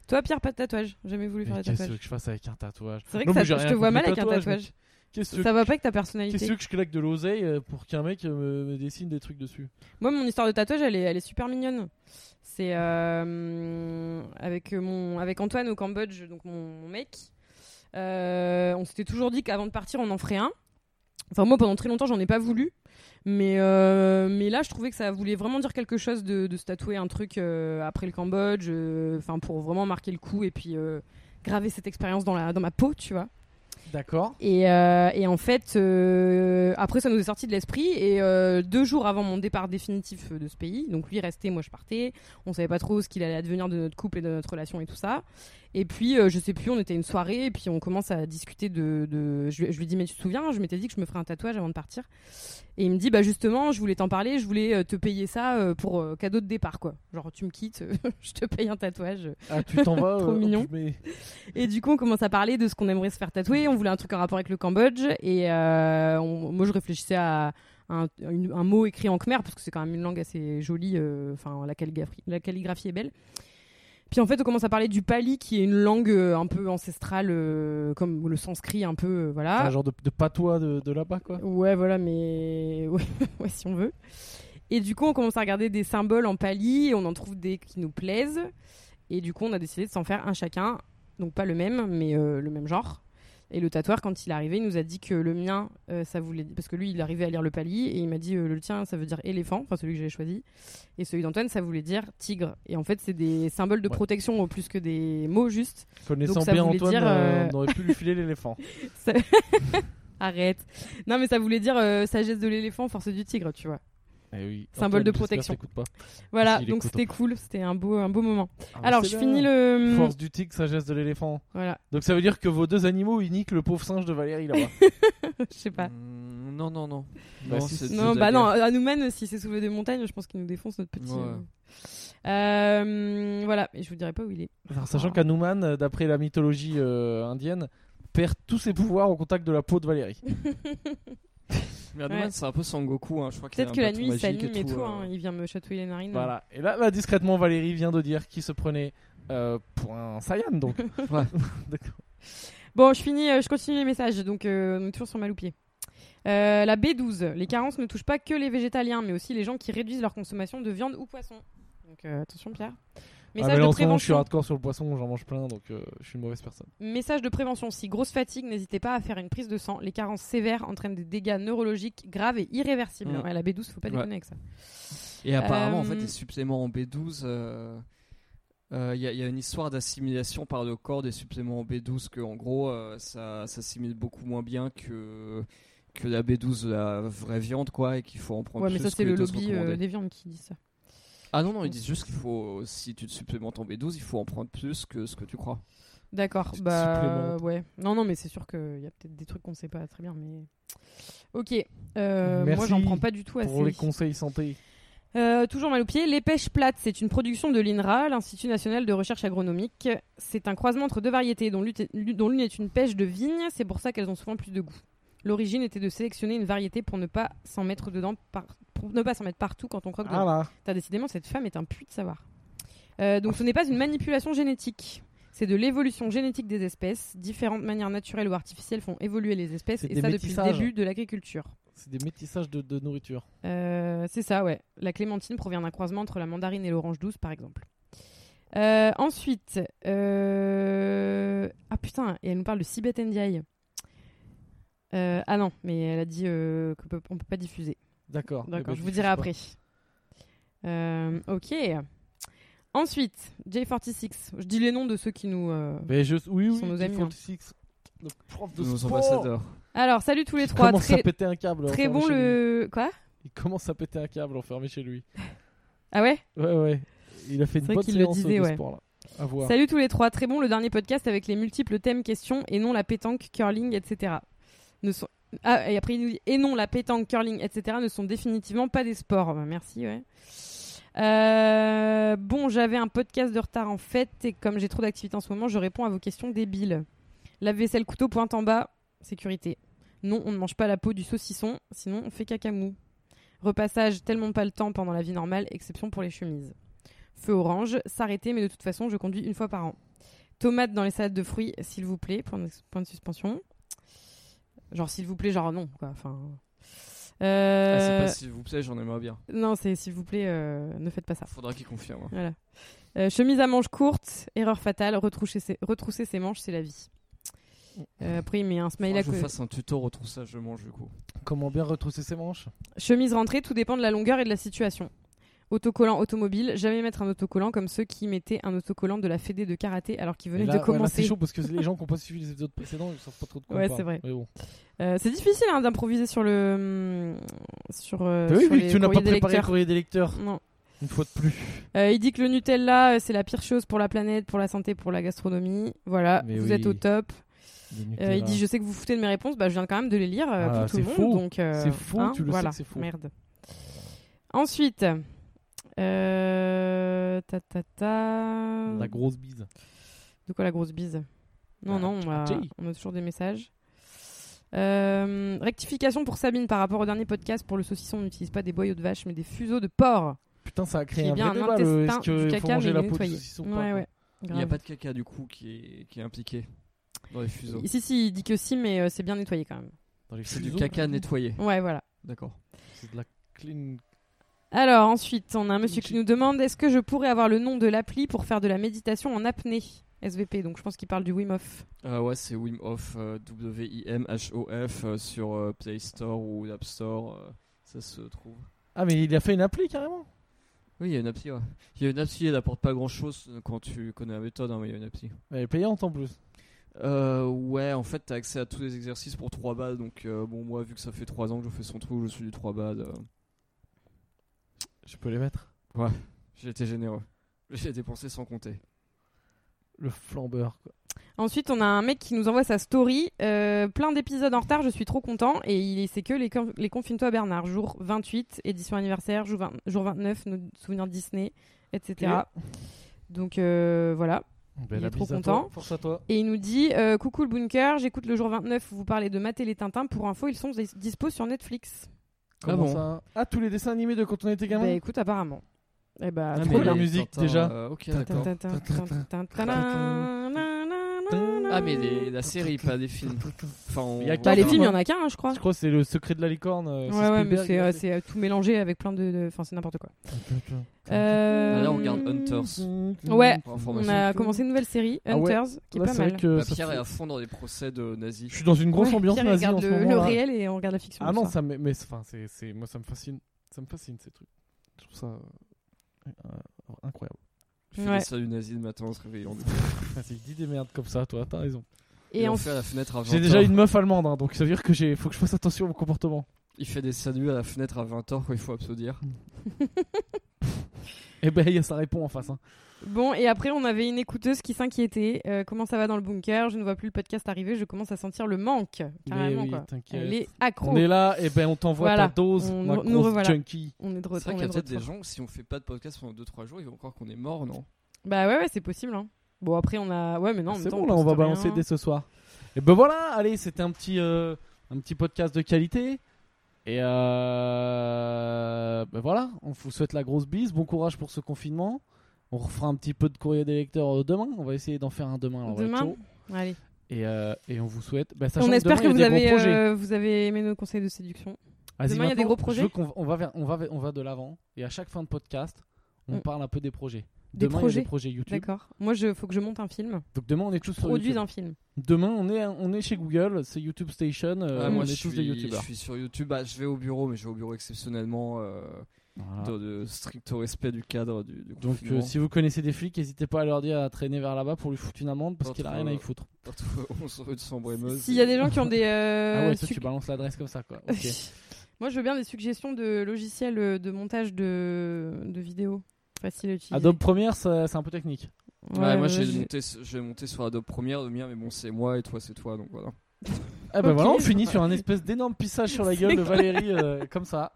Speaker 2: Toi, Pierre, pas de tatouage. J'ai Jamais voulu faire de
Speaker 1: Qu'est-ce
Speaker 2: tatouage.
Speaker 1: que je fasse avec un tatouage
Speaker 2: C'est vrai
Speaker 1: Non,
Speaker 2: que ça-
Speaker 1: mais j'ai
Speaker 2: je
Speaker 1: rien
Speaker 2: te vois
Speaker 1: contre
Speaker 2: mal
Speaker 1: les
Speaker 2: avec un
Speaker 1: tatouages,
Speaker 2: tatouage.
Speaker 1: Qu'est-ce que
Speaker 2: Ça va pas avec ta
Speaker 1: qu'est-ce
Speaker 2: personnalité.
Speaker 1: que je claque de l'oseille euh, pour qu'un mec euh, me, me dessine des trucs dessus
Speaker 2: Moi, mon histoire de tatouage, elle est, elle est super mignonne. C'est euh, avec, mon, avec Antoine au Cambodge, donc mon, mon mec. Euh, on s'était toujours dit qu'avant de partir, on en ferait un. Enfin, moi, pendant très longtemps, j'en ai pas voulu. Mais, euh, mais là, je trouvais que ça voulait vraiment dire quelque chose de, de se tatouer un truc euh, après le Cambodge, euh, enfin pour vraiment marquer le coup et puis euh, graver cette expérience dans, la, dans ma peau, tu vois.
Speaker 1: D'accord.
Speaker 2: Et, euh, et en fait, euh, après, ça nous est sorti de l'esprit. Et euh, deux jours avant mon départ définitif euh, de ce pays, donc lui restait, moi je partais. On savait pas trop ce qu'il allait advenir de notre couple et de notre relation et tout ça. Et puis, euh, je sais plus, on était à une soirée et puis on commence à discuter de. de- Je, lui- je lui dis, mais tu te souviens, je m'étais dit que je me ferais un tatouage avant de partir. Et il me dit, bah justement, je voulais t'en parler, je voulais euh, te payer ça euh, pour euh, cadeau de départ, quoi. Genre, tu me quittes, je te paye un tatouage.
Speaker 1: Ah, tu t'en vas.
Speaker 2: Trop
Speaker 1: euh,
Speaker 2: mignon.
Speaker 1: mais-
Speaker 2: Et du coup, on commence à parler de ce qu'on aimerait se faire tatouer. On voulait un truc en rapport avec le Cambodge. Et euh, on- moi, je réfléchissais à un, une- un mot écrit en khmer, parce que c'est quand même une langue assez jolie. euh, Enfin, la, calligraphie, la calligraphie est belle. Puis en fait, on commence à parler du pali, qui est une langue euh, un peu ancestrale, euh, comme le sanskrit, un peu. euh, voilà.
Speaker 1: Un genre de, de patois de, de là-bas, quoi.
Speaker 2: Ouais, voilà, mais ouais, ouais, si on veut. Et du coup, on commence à regarder des symboles en pali, et on en trouve des qui nous plaisent. Et du coup, on a décidé de s'en faire un chacun, donc pas le même, mais euh, le même genre. Et le tatoueur, quand il est arrivé, il nous a dit que le mien, euh, ça voulait parce que lui, il arrivait à lire le pali, et il m'a dit euh, le tien, ça veut dire éléphant, enfin celui que j'avais choisi, et celui d'Antoine, ça voulait dire tigre. Et en fait, c'est des symboles de
Speaker 1: Ouais.
Speaker 2: protection au plus que des mots juste.
Speaker 1: Connaissant
Speaker 2: Donc ça
Speaker 1: bien
Speaker 2: voulait
Speaker 1: Antoine,
Speaker 2: dire,
Speaker 1: euh,
Speaker 2: euh,
Speaker 1: on aurait pu lui filer l'éléphant.
Speaker 2: Ça- Arrête. Non, mais ça voulait dire euh, sagesse de l'éléphant, force du tigre, tu vois.
Speaker 1: Eh oui.
Speaker 2: Symbole de
Speaker 1: j'espère que
Speaker 2: protection.
Speaker 1: t'écoutes pas.
Speaker 2: Voilà,
Speaker 1: S'il
Speaker 2: donc
Speaker 1: écoute,
Speaker 2: c'était cool, c'était un beau, un beau moment.
Speaker 1: Ah, mais
Speaker 2: Alors,
Speaker 1: c'est
Speaker 2: je
Speaker 1: bien.
Speaker 2: finis le.
Speaker 1: Force du tigre, sagesse de l'éléphant.
Speaker 2: Voilà,
Speaker 1: Donc ça veut dire que vos deux animaux, ils niquent le pauvre singe de Valérie là-bas.
Speaker 2: je sais pas.
Speaker 3: Mm, non, non, non.
Speaker 1: Bah,
Speaker 3: non,
Speaker 1: si,
Speaker 3: c'est
Speaker 1: si.
Speaker 2: Non,
Speaker 3: des
Speaker 2: bah non,
Speaker 3: aguerres.
Speaker 2: à Noumen, si c'est soulevé de montagne, je pense qu'il nous défonce notre petit. euh, euh, voilà, et je vous dirai pas où il est.
Speaker 1: Alors, sachant
Speaker 2: Ah.
Speaker 1: qu'Anuman, euh, d'après la mythologie euh, indienne, perd tous ses pouvoirs au contact de la peau de Valérie.
Speaker 3: Mais Hanuman,
Speaker 2: Ouais.
Speaker 3: c'est un peu Sangoku. Hein. Je crois qu'il
Speaker 2: Peut-être
Speaker 3: a un
Speaker 2: que la
Speaker 3: bâton
Speaker 2: nuit, il
Speaker 3: magique
Speaker 2: s'anime et tout,
Speaker 3: euh.
Speaker 2: hein, il vient me chatouiller les narines.
Speaker 1: Voilà. Et là, là, discrètement, Valérie vient de dire qu'il se prenait euh, pour un Saiyan, donc.
Speaker 3: Ouais.
Speaker 1: D'accord.
Speaker 2: Bon, je finis, euh, je continue les messages, donc euh, on est toujours sur Maloupied. Euh, la B12, les carences ne touchent pas que les végétaliens, mais aussi les gens qui réduisent leur consommation de viande ou poisson. Donc euh, attention, Pierre.
Speaker 1: Ah,
Speaker 2: Message
Speaker 1: mais là,
Speaker 2: de
Speaker 1: en ce moment, je suis
Speaker 2: prévention.
Speaker 1: hardcore sur le poisson, j'en mange plein, donc euh, je suis une mauvaise personne.
Speaker 2: Message de prévention, si grosse fatigue, n'hésitez pas à faire une prise de sang. Les carences sévères entraînent des dégâts neurologiques graves et irréversibles.
Speaker 3: Mm.
Speaker 2: Ouais, la B12, faut pas
Speaker 3: Ouais.
Speaker 2: déconner avec ça.
Speaker 3: Et apparemment, en
Speaker 2: Euh,
Speaker 3: fait, les suppléments en B12, euh, euh, il y, a- il y a une histoire d'assimilation par le corps des suppléments en B12 que, en gros, euh, ça s'assimile beaucoup moins bien que que la B12 de la vraie viande, quoi, et qu'il faut en prendre
Speaker 2: ouais, mais
Speaker 3: plus
Speaker 2: ça,
Speaker 3: que
Speaker 2: c'est
Speaker 3: les
Speaker 2: le
Speaker 3: doses
Speaker 2: lobby euh,
Speaker 3: recommandées.
Speaker 2: des viandes qui dit ça.
Speaker 3: Ah non, non, ils disent juste qu'il faut, si tu te supplémentes en B12, il faut en prendre plus que ce que tu crois.
Speaker 2: D'accord,
Speaker 1: Petite
Speaker 2: bah
Speaker 1: supplémente.
Speaker 2: ouais. Non, non, mais c'est sûr qu'il y a peut-être des trucs qu'on sait pas très bien, mais. Ok, euh, moi
Speaker 1: Merci
Speaker 2: j'en prends pas du tout assez.
Speaker 1: Pour les conseils santé.
Speaker 2: Euh, toujours mal au pied, les pêches plates, c'est une production de l'INRA, l'Institut national de recherche agronomique. C'est un croisement entre deux variétés, dont l'une est- dont l'une est une pêche de vigne, c'est pour ça qu'elles ont souvent plus de goût. L'origine était de sélectionner une variété pour ne pas s'en mettre dedans, par- pour ne pas s'en mettre partout quand on croque
Speaker 1: Ah
Speaker 2: dedans.
Speaker 1: là.
Speaker 2: T'as décidément, cette femme est un puits de savoir. Euh, donc ce n'est pas une manipulation génétique. C'est de l'évolution génétique des espèces. Différentes manières naturelles ou artificielles font évoluer les espèces,
Speaker 1: C'est
Speaker 2: et
Speaker 1: des
Speaker 2: ça depuis le
Speaker 1: métissages.
Speaker 2: début de l'agriculture.
Speaker 1: C'est des métissages de, de nourriture.
Speaker 2: Euh, c'est ça, ouais. La clémentine provient d'un croisement entre la mandarine et l'orange douce, par exemple. Euh, ensuite, euh, ah putain, et elle nous parle de Sibeth Ndiaye. Euh, ah non, mais elle a dit euh, qu'on peut, on peut pas diffuser.
Speaker 1: D'accord. Eh ben,
Speaker 2: D'accord, je vous
Speaker 1: diffuse
Speaker 2: dirai
Speaker 1: pas.
Speaker 2: après. Euh, ok. Ensuite, J46. Je dis les noms de ceux qui nous. euh,
Speaker 1: Mais Ben, je... Oui,
Speaker 2: Ils
Speaker 1: oui,
Speaker 2: sont nos amis, hein.
Speaker 1: 46, le prof de
Speaker 3: Nos
Speaker 1: sport
Speaker 3: ambassadeurs.
Speaker 2: Alors, salut tous les
Speaker 1: qui
Speaker 2: trois.
Speaker 1: commence à
Speaker 2: Très,
Speaker 1: péter un câble.
Speaker 2: très
Speaker 1: enfermé
Speaker 2: bon
Speaker 1: chez lui.
Speaker 2: le. Quoi
Speaker 1: Il commence à péter un câble enfermé chez lui.
Speaker 2: Ah ouais
Speaker 1: Ouais, ouais. Il a fait une
Speaker 2: C'est vrai
Speaker 1: bonne
Speaker 2: qu'il le
Speaker 1: séance euh,
Speaker 2: disait,
Speaker 1: de
Speaker 2: ouais.
Speaker 1: sport là. À voir.
Speaker 2: Salut tous les trois, très bon le dernier podcast avec les multiples thèmes questions et non la pétanque, curling, etc. Ne sont... Ah, et après il nous dit et non la pétanque, curling, etc. ne sont définitivement pas des sports. Bah, merci, ouais. Euh, bon, j'avais un podcast de retard en fait, et comme j'ai trop d'activités en ce moment, je réponds à vos questions débiles. La vaisselle couteau pointe en bas, sécurité. Non, on ne mange pas la peau du saucisson, sinon on fait caca mou. Repassage, tellement pas le temps pendant la vie normale, exception pour les chemises. Feu orange, s'arrêter, mais de toute façon, je conduis une fois par an. Tomate dans les salades de fruits, s'il vous plaît, point de, point de suspension. Genre, s'il vous plaît, genre non, quoi. Enfin.
Speaker 3: Ah, c'est
Speaker 2: Euh,
Speaker 3: pas s'il vous plaît, j'en aimerais bien.
Speaker 2: Non, c'est s'il vous plaît, euh, ne faites pas ça.
Speaker 3: Ah, Faudra qu'il confirme. hein.
Speaker 2: Voilà. Euh, chemise à manches courtes, erreur fatale, retrousser ses, retrousser ses manches, c'est la vie. Euh, après, il met un smiley
Speaker 3: Faudra
Speaker 2: à
Speaker 3: que je
Speaker 2: co-
Speaker 3: fasse un tuto retrouve ça, je mange du coup.
Speaker 1: Comment bien retrousser ses manches
Speaker 2: Chemise rentrée, tout dépend de la longueur et de la situation. Autocollant automobile, jamais mettre un autocollant comme ceux qui mettaient un autocollant de la fédé de karaté alors qu'ils
Speaker 1: Et
Speaker 2: venaient
Speaker 1: là,
Speaker 2: de
Speaker 1: ouais, là, c'est
Speaker 2: commencer.
Speaker 1: chaud parce que les gens qui n'ont pas suivi les épisodes précédents, ils savent pas trop de quoi
Speaker 2: Ouais,
Speaker 1: on parle.
Speaker 2: c'est vrai.
Speaker 1: Mais bon.
Speaker 2: Euh, c'est difficile hein, d'improviser sur le. Sur, euh,
Speaker 1: T'as vu,
Speaker 2: sur
Speaker 1: vu
Speaker 2: les
Speaker 1: que Bah tu n'as
Speaker 2: courriers
Speaker 1: pas préparé
Speaker 2: des
Speaker 1: le
Speaker 2: lecteurs.
Speaker 1: courrier des lecteurs,
Speaker 2: Non.
Speaker 1: une fois de plus.
Speaker 2: Euh, il dit que le Nutella, euh, c'est la pire chose pour la planète, pour la santé, pour la gastronomie. Voilà,
Speaker 1: Mais
Speaker 2: vous
Speaker 1: oui.
Speaker 2: êtes au top.
Speaker 1: Le
Speaker 2: Euh,
Speaker 1: Nutella.
Speaker 2: il dit Je sais que vous foutez de mes réponses, bah, je viens quand même de les lire euh,
Speaker 1: Voilà,
Speaker 2: pour tout le
Speaker 1: Ah, c'est
Speaker 2: monde.
Speaker 1: faux.
Speaker 2: donc, euh,
Speaker 1: C'est faux,
Speaker 2: hein,
Speaker 1: tu le sais
Speaker 2: voilà.
Speaker 1: que c'est faux.
Speaker 2: Merde. Ensuite, euh, ta, ta, ta.
Speaker 1: La grosse bise.
Speaker 2: De quoi la grosse bise Non,
Speaker 1: Bah,
Speaker 2: non, on a,
Speaker 1: tchatchéi.
Speaker 2: on a toujours des messages. Euh, rectification pour Sabine par rapport au dernier podcast pour le saucisson, on n'utilise pas des boyaux de vache mais des fuseaux de porc.
Speaker 1: Putain, ça a
Speaker 2: Qui
Speaker 1: créé
Speaker 2: est
Speaker 1: un
Speaker 2: bien
Speaker 1: vrai
Speaker 2: un
Speaker 1: débat. le- Est-ce
Speaker 2: intestin
Speaker 1: que
Speaker 2: du
Speaker 1: faut
Speaker 2: caca, mais
Speaker 1: manger
Speaker 2: il
Speaker 1: la
Speaker 2: est
Speaker 1: peau du
Speaker 2: nettoyé.
Speaker 1: saucisson ou pas,
Speaker 2: Ouais,
Speaker 1: quoi.
Speaker 2: ouais.
Speaker 3: Il n'y a
Speaker 2: Grave.
Speaker 3: pas de caca du coup qui est, qui est impliqué dans les fuseaux.
Speaker 2: Si, si, il dit que si, mais euh, c'est bien nettoyé quand même.
Speaker 1: Dans les
Speaker 3: C'est du
Speaker 1: fuseaux,
Speaker 3: caca nettoyé.
Speaker 2: Ouais, voilà.
Speaker 3: D'accord.
Speaker 1: C'est de la clean.
Speaker 2: Alors, ensuite, on a un monsieur
Speaker 1: Une
Speaker 2: qui
Speaker 1: petite-
Speaker 2: nous demande est-ce que je pourrais avoir le nom de l'appli pour faire de la méditation en apnée SVP, donc je pense qu'il parle du Wim Hof.
Speaker 3: Ah ouais, c'est Wim Hof, euh, W-I-M-H-O-F, euh, sur euh, Play Store ou l'App Store, euh, ça se trouve.
Speaker 1: Ah, mais il a fait une appli carrément.
Speaker 3: Oui, il y a une appli, ouais. Il y a une appli, elle apporte pas grand chose quand tu connais la méthode, hein, mais il y a une appli.
Speaker 1: Elle est payante en plus.
Speaker 3: Euh, ouais, en fait, t'as accès à tous les exercices pour 3 balles, donc euh, bon, moi, vu que ça fait 3 ans que je fais son truc, je suis du 3 balles. euh,
Speaker 1: Je peux les mettre.
Speaker 3: j'ai été généreux. J'ai dépensé sans compter.
Speaker 1: Le flambeur. quoi.
Speaker 2: Ensuite, on a un mec qui nous envoie sa story. euh, plein d'épisodes en retard, je suis trop content. Et il c'est que les, conf- les Confine-toi Bernard, jour 28, édition anniversaire, jour, 20 jour 29, nos souvenirs Disney, etc. Donc euh, voilà.
Speaker 1: Ben,
Speaker 2: Il
Speaker 1: la
Speaker 2: est trop
Speaker 1: bise à
Speaker 2: content.
Speaker 1: toi. Force à toi.
Speaker 2: Et il nous dit euh, Coucou le bunker, j'écoute le jour 29 où vous parlez de Matt et les Tintins. Pour info, ils sont dis- dispo sur Netflix.
Speaker 1: Comment
Speaker 3: bon
Speaker 1: ça Ah, tous les dessins animés de quand on était gamin
Speaker 2: Bah écoute, apparemment. Eh bah,
Speaker 1: Ah,
Speaker 2: trop
Speaker 1: mais
Speaker 2: bien.
Speaker 1: la musique,
Speaker 3: Tintin,
Speaker 1: déjà.
Speaker 3: euh, ok,
Speaker 1: Tintin.
Speaker 3: d'accord.
Speaker 2: Tin, tin, tin, tin, tin, tin,
Speaker 3: Ah, mais les- la série, pas des films. Enfin, on-
Speaker 1: Il y a
Speaker 2: Bah,
Speaker 1: pas
Speaker 2: les films, il y en a qu'un, hein, je crois.
Speaker 1: Je crois que c'est le secret de la licorne. euh,
Speaker 2: Ouais,
Speaker 1: c'est
Speaker 2: ouais, mais
Speaker 1: Spielberg,
Speaker 2: c'est
Speaker 1: il a
Speaker 2: euh,
Speaker 1: fait.
Speaker 2: c'est, euh, tout mélangé avec plein de. de- Enfin, c'est n'importe quoi.
Speaker 3: Ah,
Speaker 2: Euh,
Speaker 3: Là, on regarde Hunters.
Speaker 2: Ouais.
Speaker 3: Pour
Speaker 2: On
Speaker 3: information.
Speaker 2: a commencé une nouvelle série,
Speaker 1: Ah ouais.
Speaker 2: Hunters, qui est
Speaker 1: Là,
Speaker 2: pas
Speaker 1: c'est vrai
Speaker 2: mal.
Speaker 1: que
Speaker 3: Bah,
Speaker 1: ça
Speaker 3: Pierre
Speaker 1: fait-
Speaker 3: est à fond dans les procès de
Speaker 1: Je
Speaker 3: nazis.
Speaker 1: suis dans une grosse
Speaker 2: Ouais,
Speaker 1: ambiance
Speaker 2: Pierre, il
Speaker 1: nazie
Speaker 2: regarde
Speaker 1: en ce
Speaker 2: le,
Speaker 1: moment.
Speaker 2: le
Speaker 1: là.
Speaker 2: réel et on regarde la fiction.
Speaker 1: Ah
Speaker 2: je
Speaker 1: non,
Speaker 2: crois.
Speaker 1: ça me- mais enfin c'est c'est- moi ça me fascine, ça me fascine ces trucs. Je trouve ça euh, euh, incroyable.
Speaker 3: Je
Speaker 2: Ouais.
Speaker 3: fais ça du nazi le matin en se réveillant.
Speaker 1: Putain, c'est dit des merdes comme ça, toi, t'as raison.
Speaker 2: Et
Speaker 3: on
Speaker 2: en-
Speaker 3: fait à la fenêtre à 20h.
Speaker 1: J'ai déjà une meuf allemande, hein, donc ça veut dire que j'ai, faut que je fasse attention à mon comportement.
Speaker 3: Il fait des saluts à la fenêtre à 20h quand il faut applaudir.
Speaker 1: Et ben il y a ça répond en face. Hein.
Speaker 2: Bon, et après, on avait une écouteuse qui s'inquiétait. Euh, comment ça va dans le bunker Je ne vois plus le podcast arriver, je commence à sentir le manque.
Speaker 1: Mais
Speaker 2: Carrément,
Speaker 1: oui,
Speaker 2: quoi. Elle
Speaker 1: t'inquiète.
Speaker 2: est accro.
Speaker 1: On est là, et ben on t'envoie
Speaker 2: Voilà.
Speaker 1: ta dose,
Speaker 2: On
Speaker 1: ma
Speaker 2: nous- nous
Speaker 1: grosse
Speaker 2: revoilà.
Speaker 1: junkie.
Speaker 2: On est de
Speaker 3: C'est
Speaker 2: retour.
Speaker 3: vrai
Speaker 2: on
Speaker 3: qu'il y
Speaker 2: est
Speaker 3: a
Speaker 2: de
Speaker 3: peut-être des
Speaker 2: retour.
Speaker 3: gens, si on fait pas de podcast pendant 2-3 jours, ils vont croire qu'on est mort, non
Speaker 2: Bah ouais, ouais, c'est possible. hein. Bon, après, on a. Ouais, mais non, en même
Speaker 1: Ah, c'est
Speaker 2: temps,
Speaker 1: bon là, on va
Speaker 2: poste rien.
Speaker 1: balancer dès ce soir. Et ben voilà, allez, c'était un petit, euh, un petit podcast de qualité. Et euh, ben voilà, on vous souhaite la grosse bise, bon courage pour ce confinement. On refera un petit peu de courrier des lecteurs euh, demain. On va essayer d'en faire un demain. alors, on va être
Speaker 2: Demain
Speaker 1: chaud.
Speaker 2: Allez.
Speaker 1: Et, euh, et on vous souhaite. ben, sachant
Speaker 2: On espère que
Speaker 1: demain, il
Speaker 2: vous
Speaker 1: y a des
Speaker 2: avez,
Speaker 1: gros projets.
Speaker 2: euh, vous avez aimé nos conseils de séduction.
Speaker 1: Vas-y,
Speaker 2: demain, il y a des
Speaker 1: maintenant,
Speaker 2: gros
Speaker 1: je
Speaker 2: projets
Speaker 1: veux qu'on- on va, vers- on va, vers- on va de l'avant. Et à chaque fin de podcast, on
Speaker 2: Mm.
Speaker 1: parle un peu des projets.
Speaker 2: Des
Speaker 1: demain, il y a
Speaker 2: projets.
Speaker 1: des projets YouTube.
Speaker 2: D'accord. Moi, il faut que je monte un film.
Speaker 1: Donc demain, on est tous sur
Speaker 2: Produit
Speaker 1: YouTube.
Speaker 2: d'un film.
Speaker 1: Demain, on est, on est chez Google, c'est YouTube Station. euh,
Speaker 3: Ah,
Speaker 1: on
Speaker 3: Moi,
Speaker 1: est
Speaker 3: je
Speaker 1: tous des
Speaker 3: suis, je
Speaker 1: YouTubeurs.
Speaker 3: suis sur YouTube. Bah, je vais au bureau, mais je vais au bureau exceptionnellement, euh,
Speaker 1: Voilà.
Speaker 3: dans le strict respect du cadre du, du
Speaker 1: Ah. Donc,
Speaker 3: confinement.
Speaker 1: euh, si vous connaissez des flics, n'hésitez pas à leur dire à traîner vers là-bas pour lui foutre une amende parce
Speaker 3: Entre,
Speaker 1: qu'il a rien à y
Speaker 3: euh,
Speaker 1: foutre.
Speaker 3: Partout, on se rue de Sambre-et-Meuse.
Speaker 2: S'il y a des gens qui ont des.
Speaker 1: ah
Speaker 2: euh,
Speaker 1: ouais, toi,
Speaker 2: suc-
Speaker 1: tu balances l'adresse comme ça, quoi. Ok.
Speaker 2: Moi, je veux bien des suggestions de logiciels euh, de montage de, de vidéos. Facile à utiliser.
Speaker 1: Adobe Premiere, ça- c'est un peu technique.
Speaker 3: Ouais, moi,
Speaker 2: je-
Speaker 3: j'ai monté, j'ai monté sur Adobe Premiere, le mien, mais bon, c'est moi et toi, c'est toi, donc voilà.
Speaker 1: Eh ben
Speaker 2: Ok.
Speaker 1: voilà, on finit sur un espèce d'énorme pissage sur la gueule de Valérie, euh, comme ça.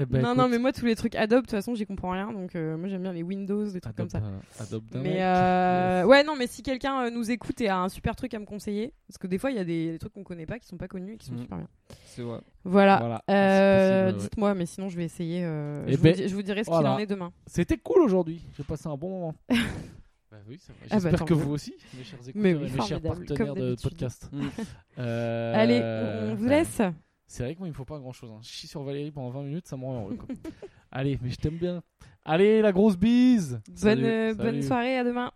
Speaker 1: Eh ben,
Speaker 2: non,
Speaker 1: écoute,
Speaker 2: non, mais moi, tous les trucs Adobe, de toute façon, j'y comprends rien. Donc, euh, moi, j'aime bien les Windows, des trucs comme
Speaker 1: Adobe,
Speaker 2: ça.
Speaker 1: euh, Adobe d'un mec.
Speaker 2: Mais euh, ouais, non, mais si quelqu'un euh, nous écoute et a un super truc à me conseiller, parce que des fois, il y a des, des trucs qu'on connaît pas, qui sont pas connus et qui sont
Speaker 3: Mm.
Speaker 2: super bien.
Speaker 3: C'est vrai.
Speaker 2: Voilà.
Speaker 1: Voilà, Ah,
Speaker 2: Euh,
Speaker 1: c'est possible, ouais.
Speaker 2: Dites-moi, mais sinon, je vais essayer. euh,
Speaker 1: Eh
Speaker 2: je, vous
Speaker 1: ben,
Speaker 2: di- je vous dirai ce
Speaker 1: voilà.
Speaker 2: qu'il en est demain.
Speaker 1: C'était cool aujourd'hui. J'ai passé un bon moment. Bah oui, c'est vrai.
Speaker 2: Ah bah,
Speaker 1: J'espère
Speaker 2: tant
Speaker 1: que
Speaker 2: mieux.
Speaker 1: vous aussi, mes chers écouteurs
Speaker 2: Mais oui,
Speaker 1: et mes chers
Speaker 2: formidable,
Speaker 1: partenaires
Speaker 2: comme
Speaker 1: de
Speaker 2: d'habitude.
Speaker 1: podcast.
Speaker 3: Mm.
Speaker 1: Euh,
Speaker 2: Allez, on- on vous
Speaker 1: ouais.
Speaker 2: laisse.
Speaker 1: C'est vrai que moi, il me faut pas grand chose. Je chie sur Valérie pendant 20 minutes, ça me rend heureux. quoi. Allez, mais je t'aime bien. Allez, la grosse bise
Speaker 2: Bonne,
Speaker 1: Salut,
Speaker 2: euh, bonne
Speaker 1: salut.
Speaker 2: soirée, à demain.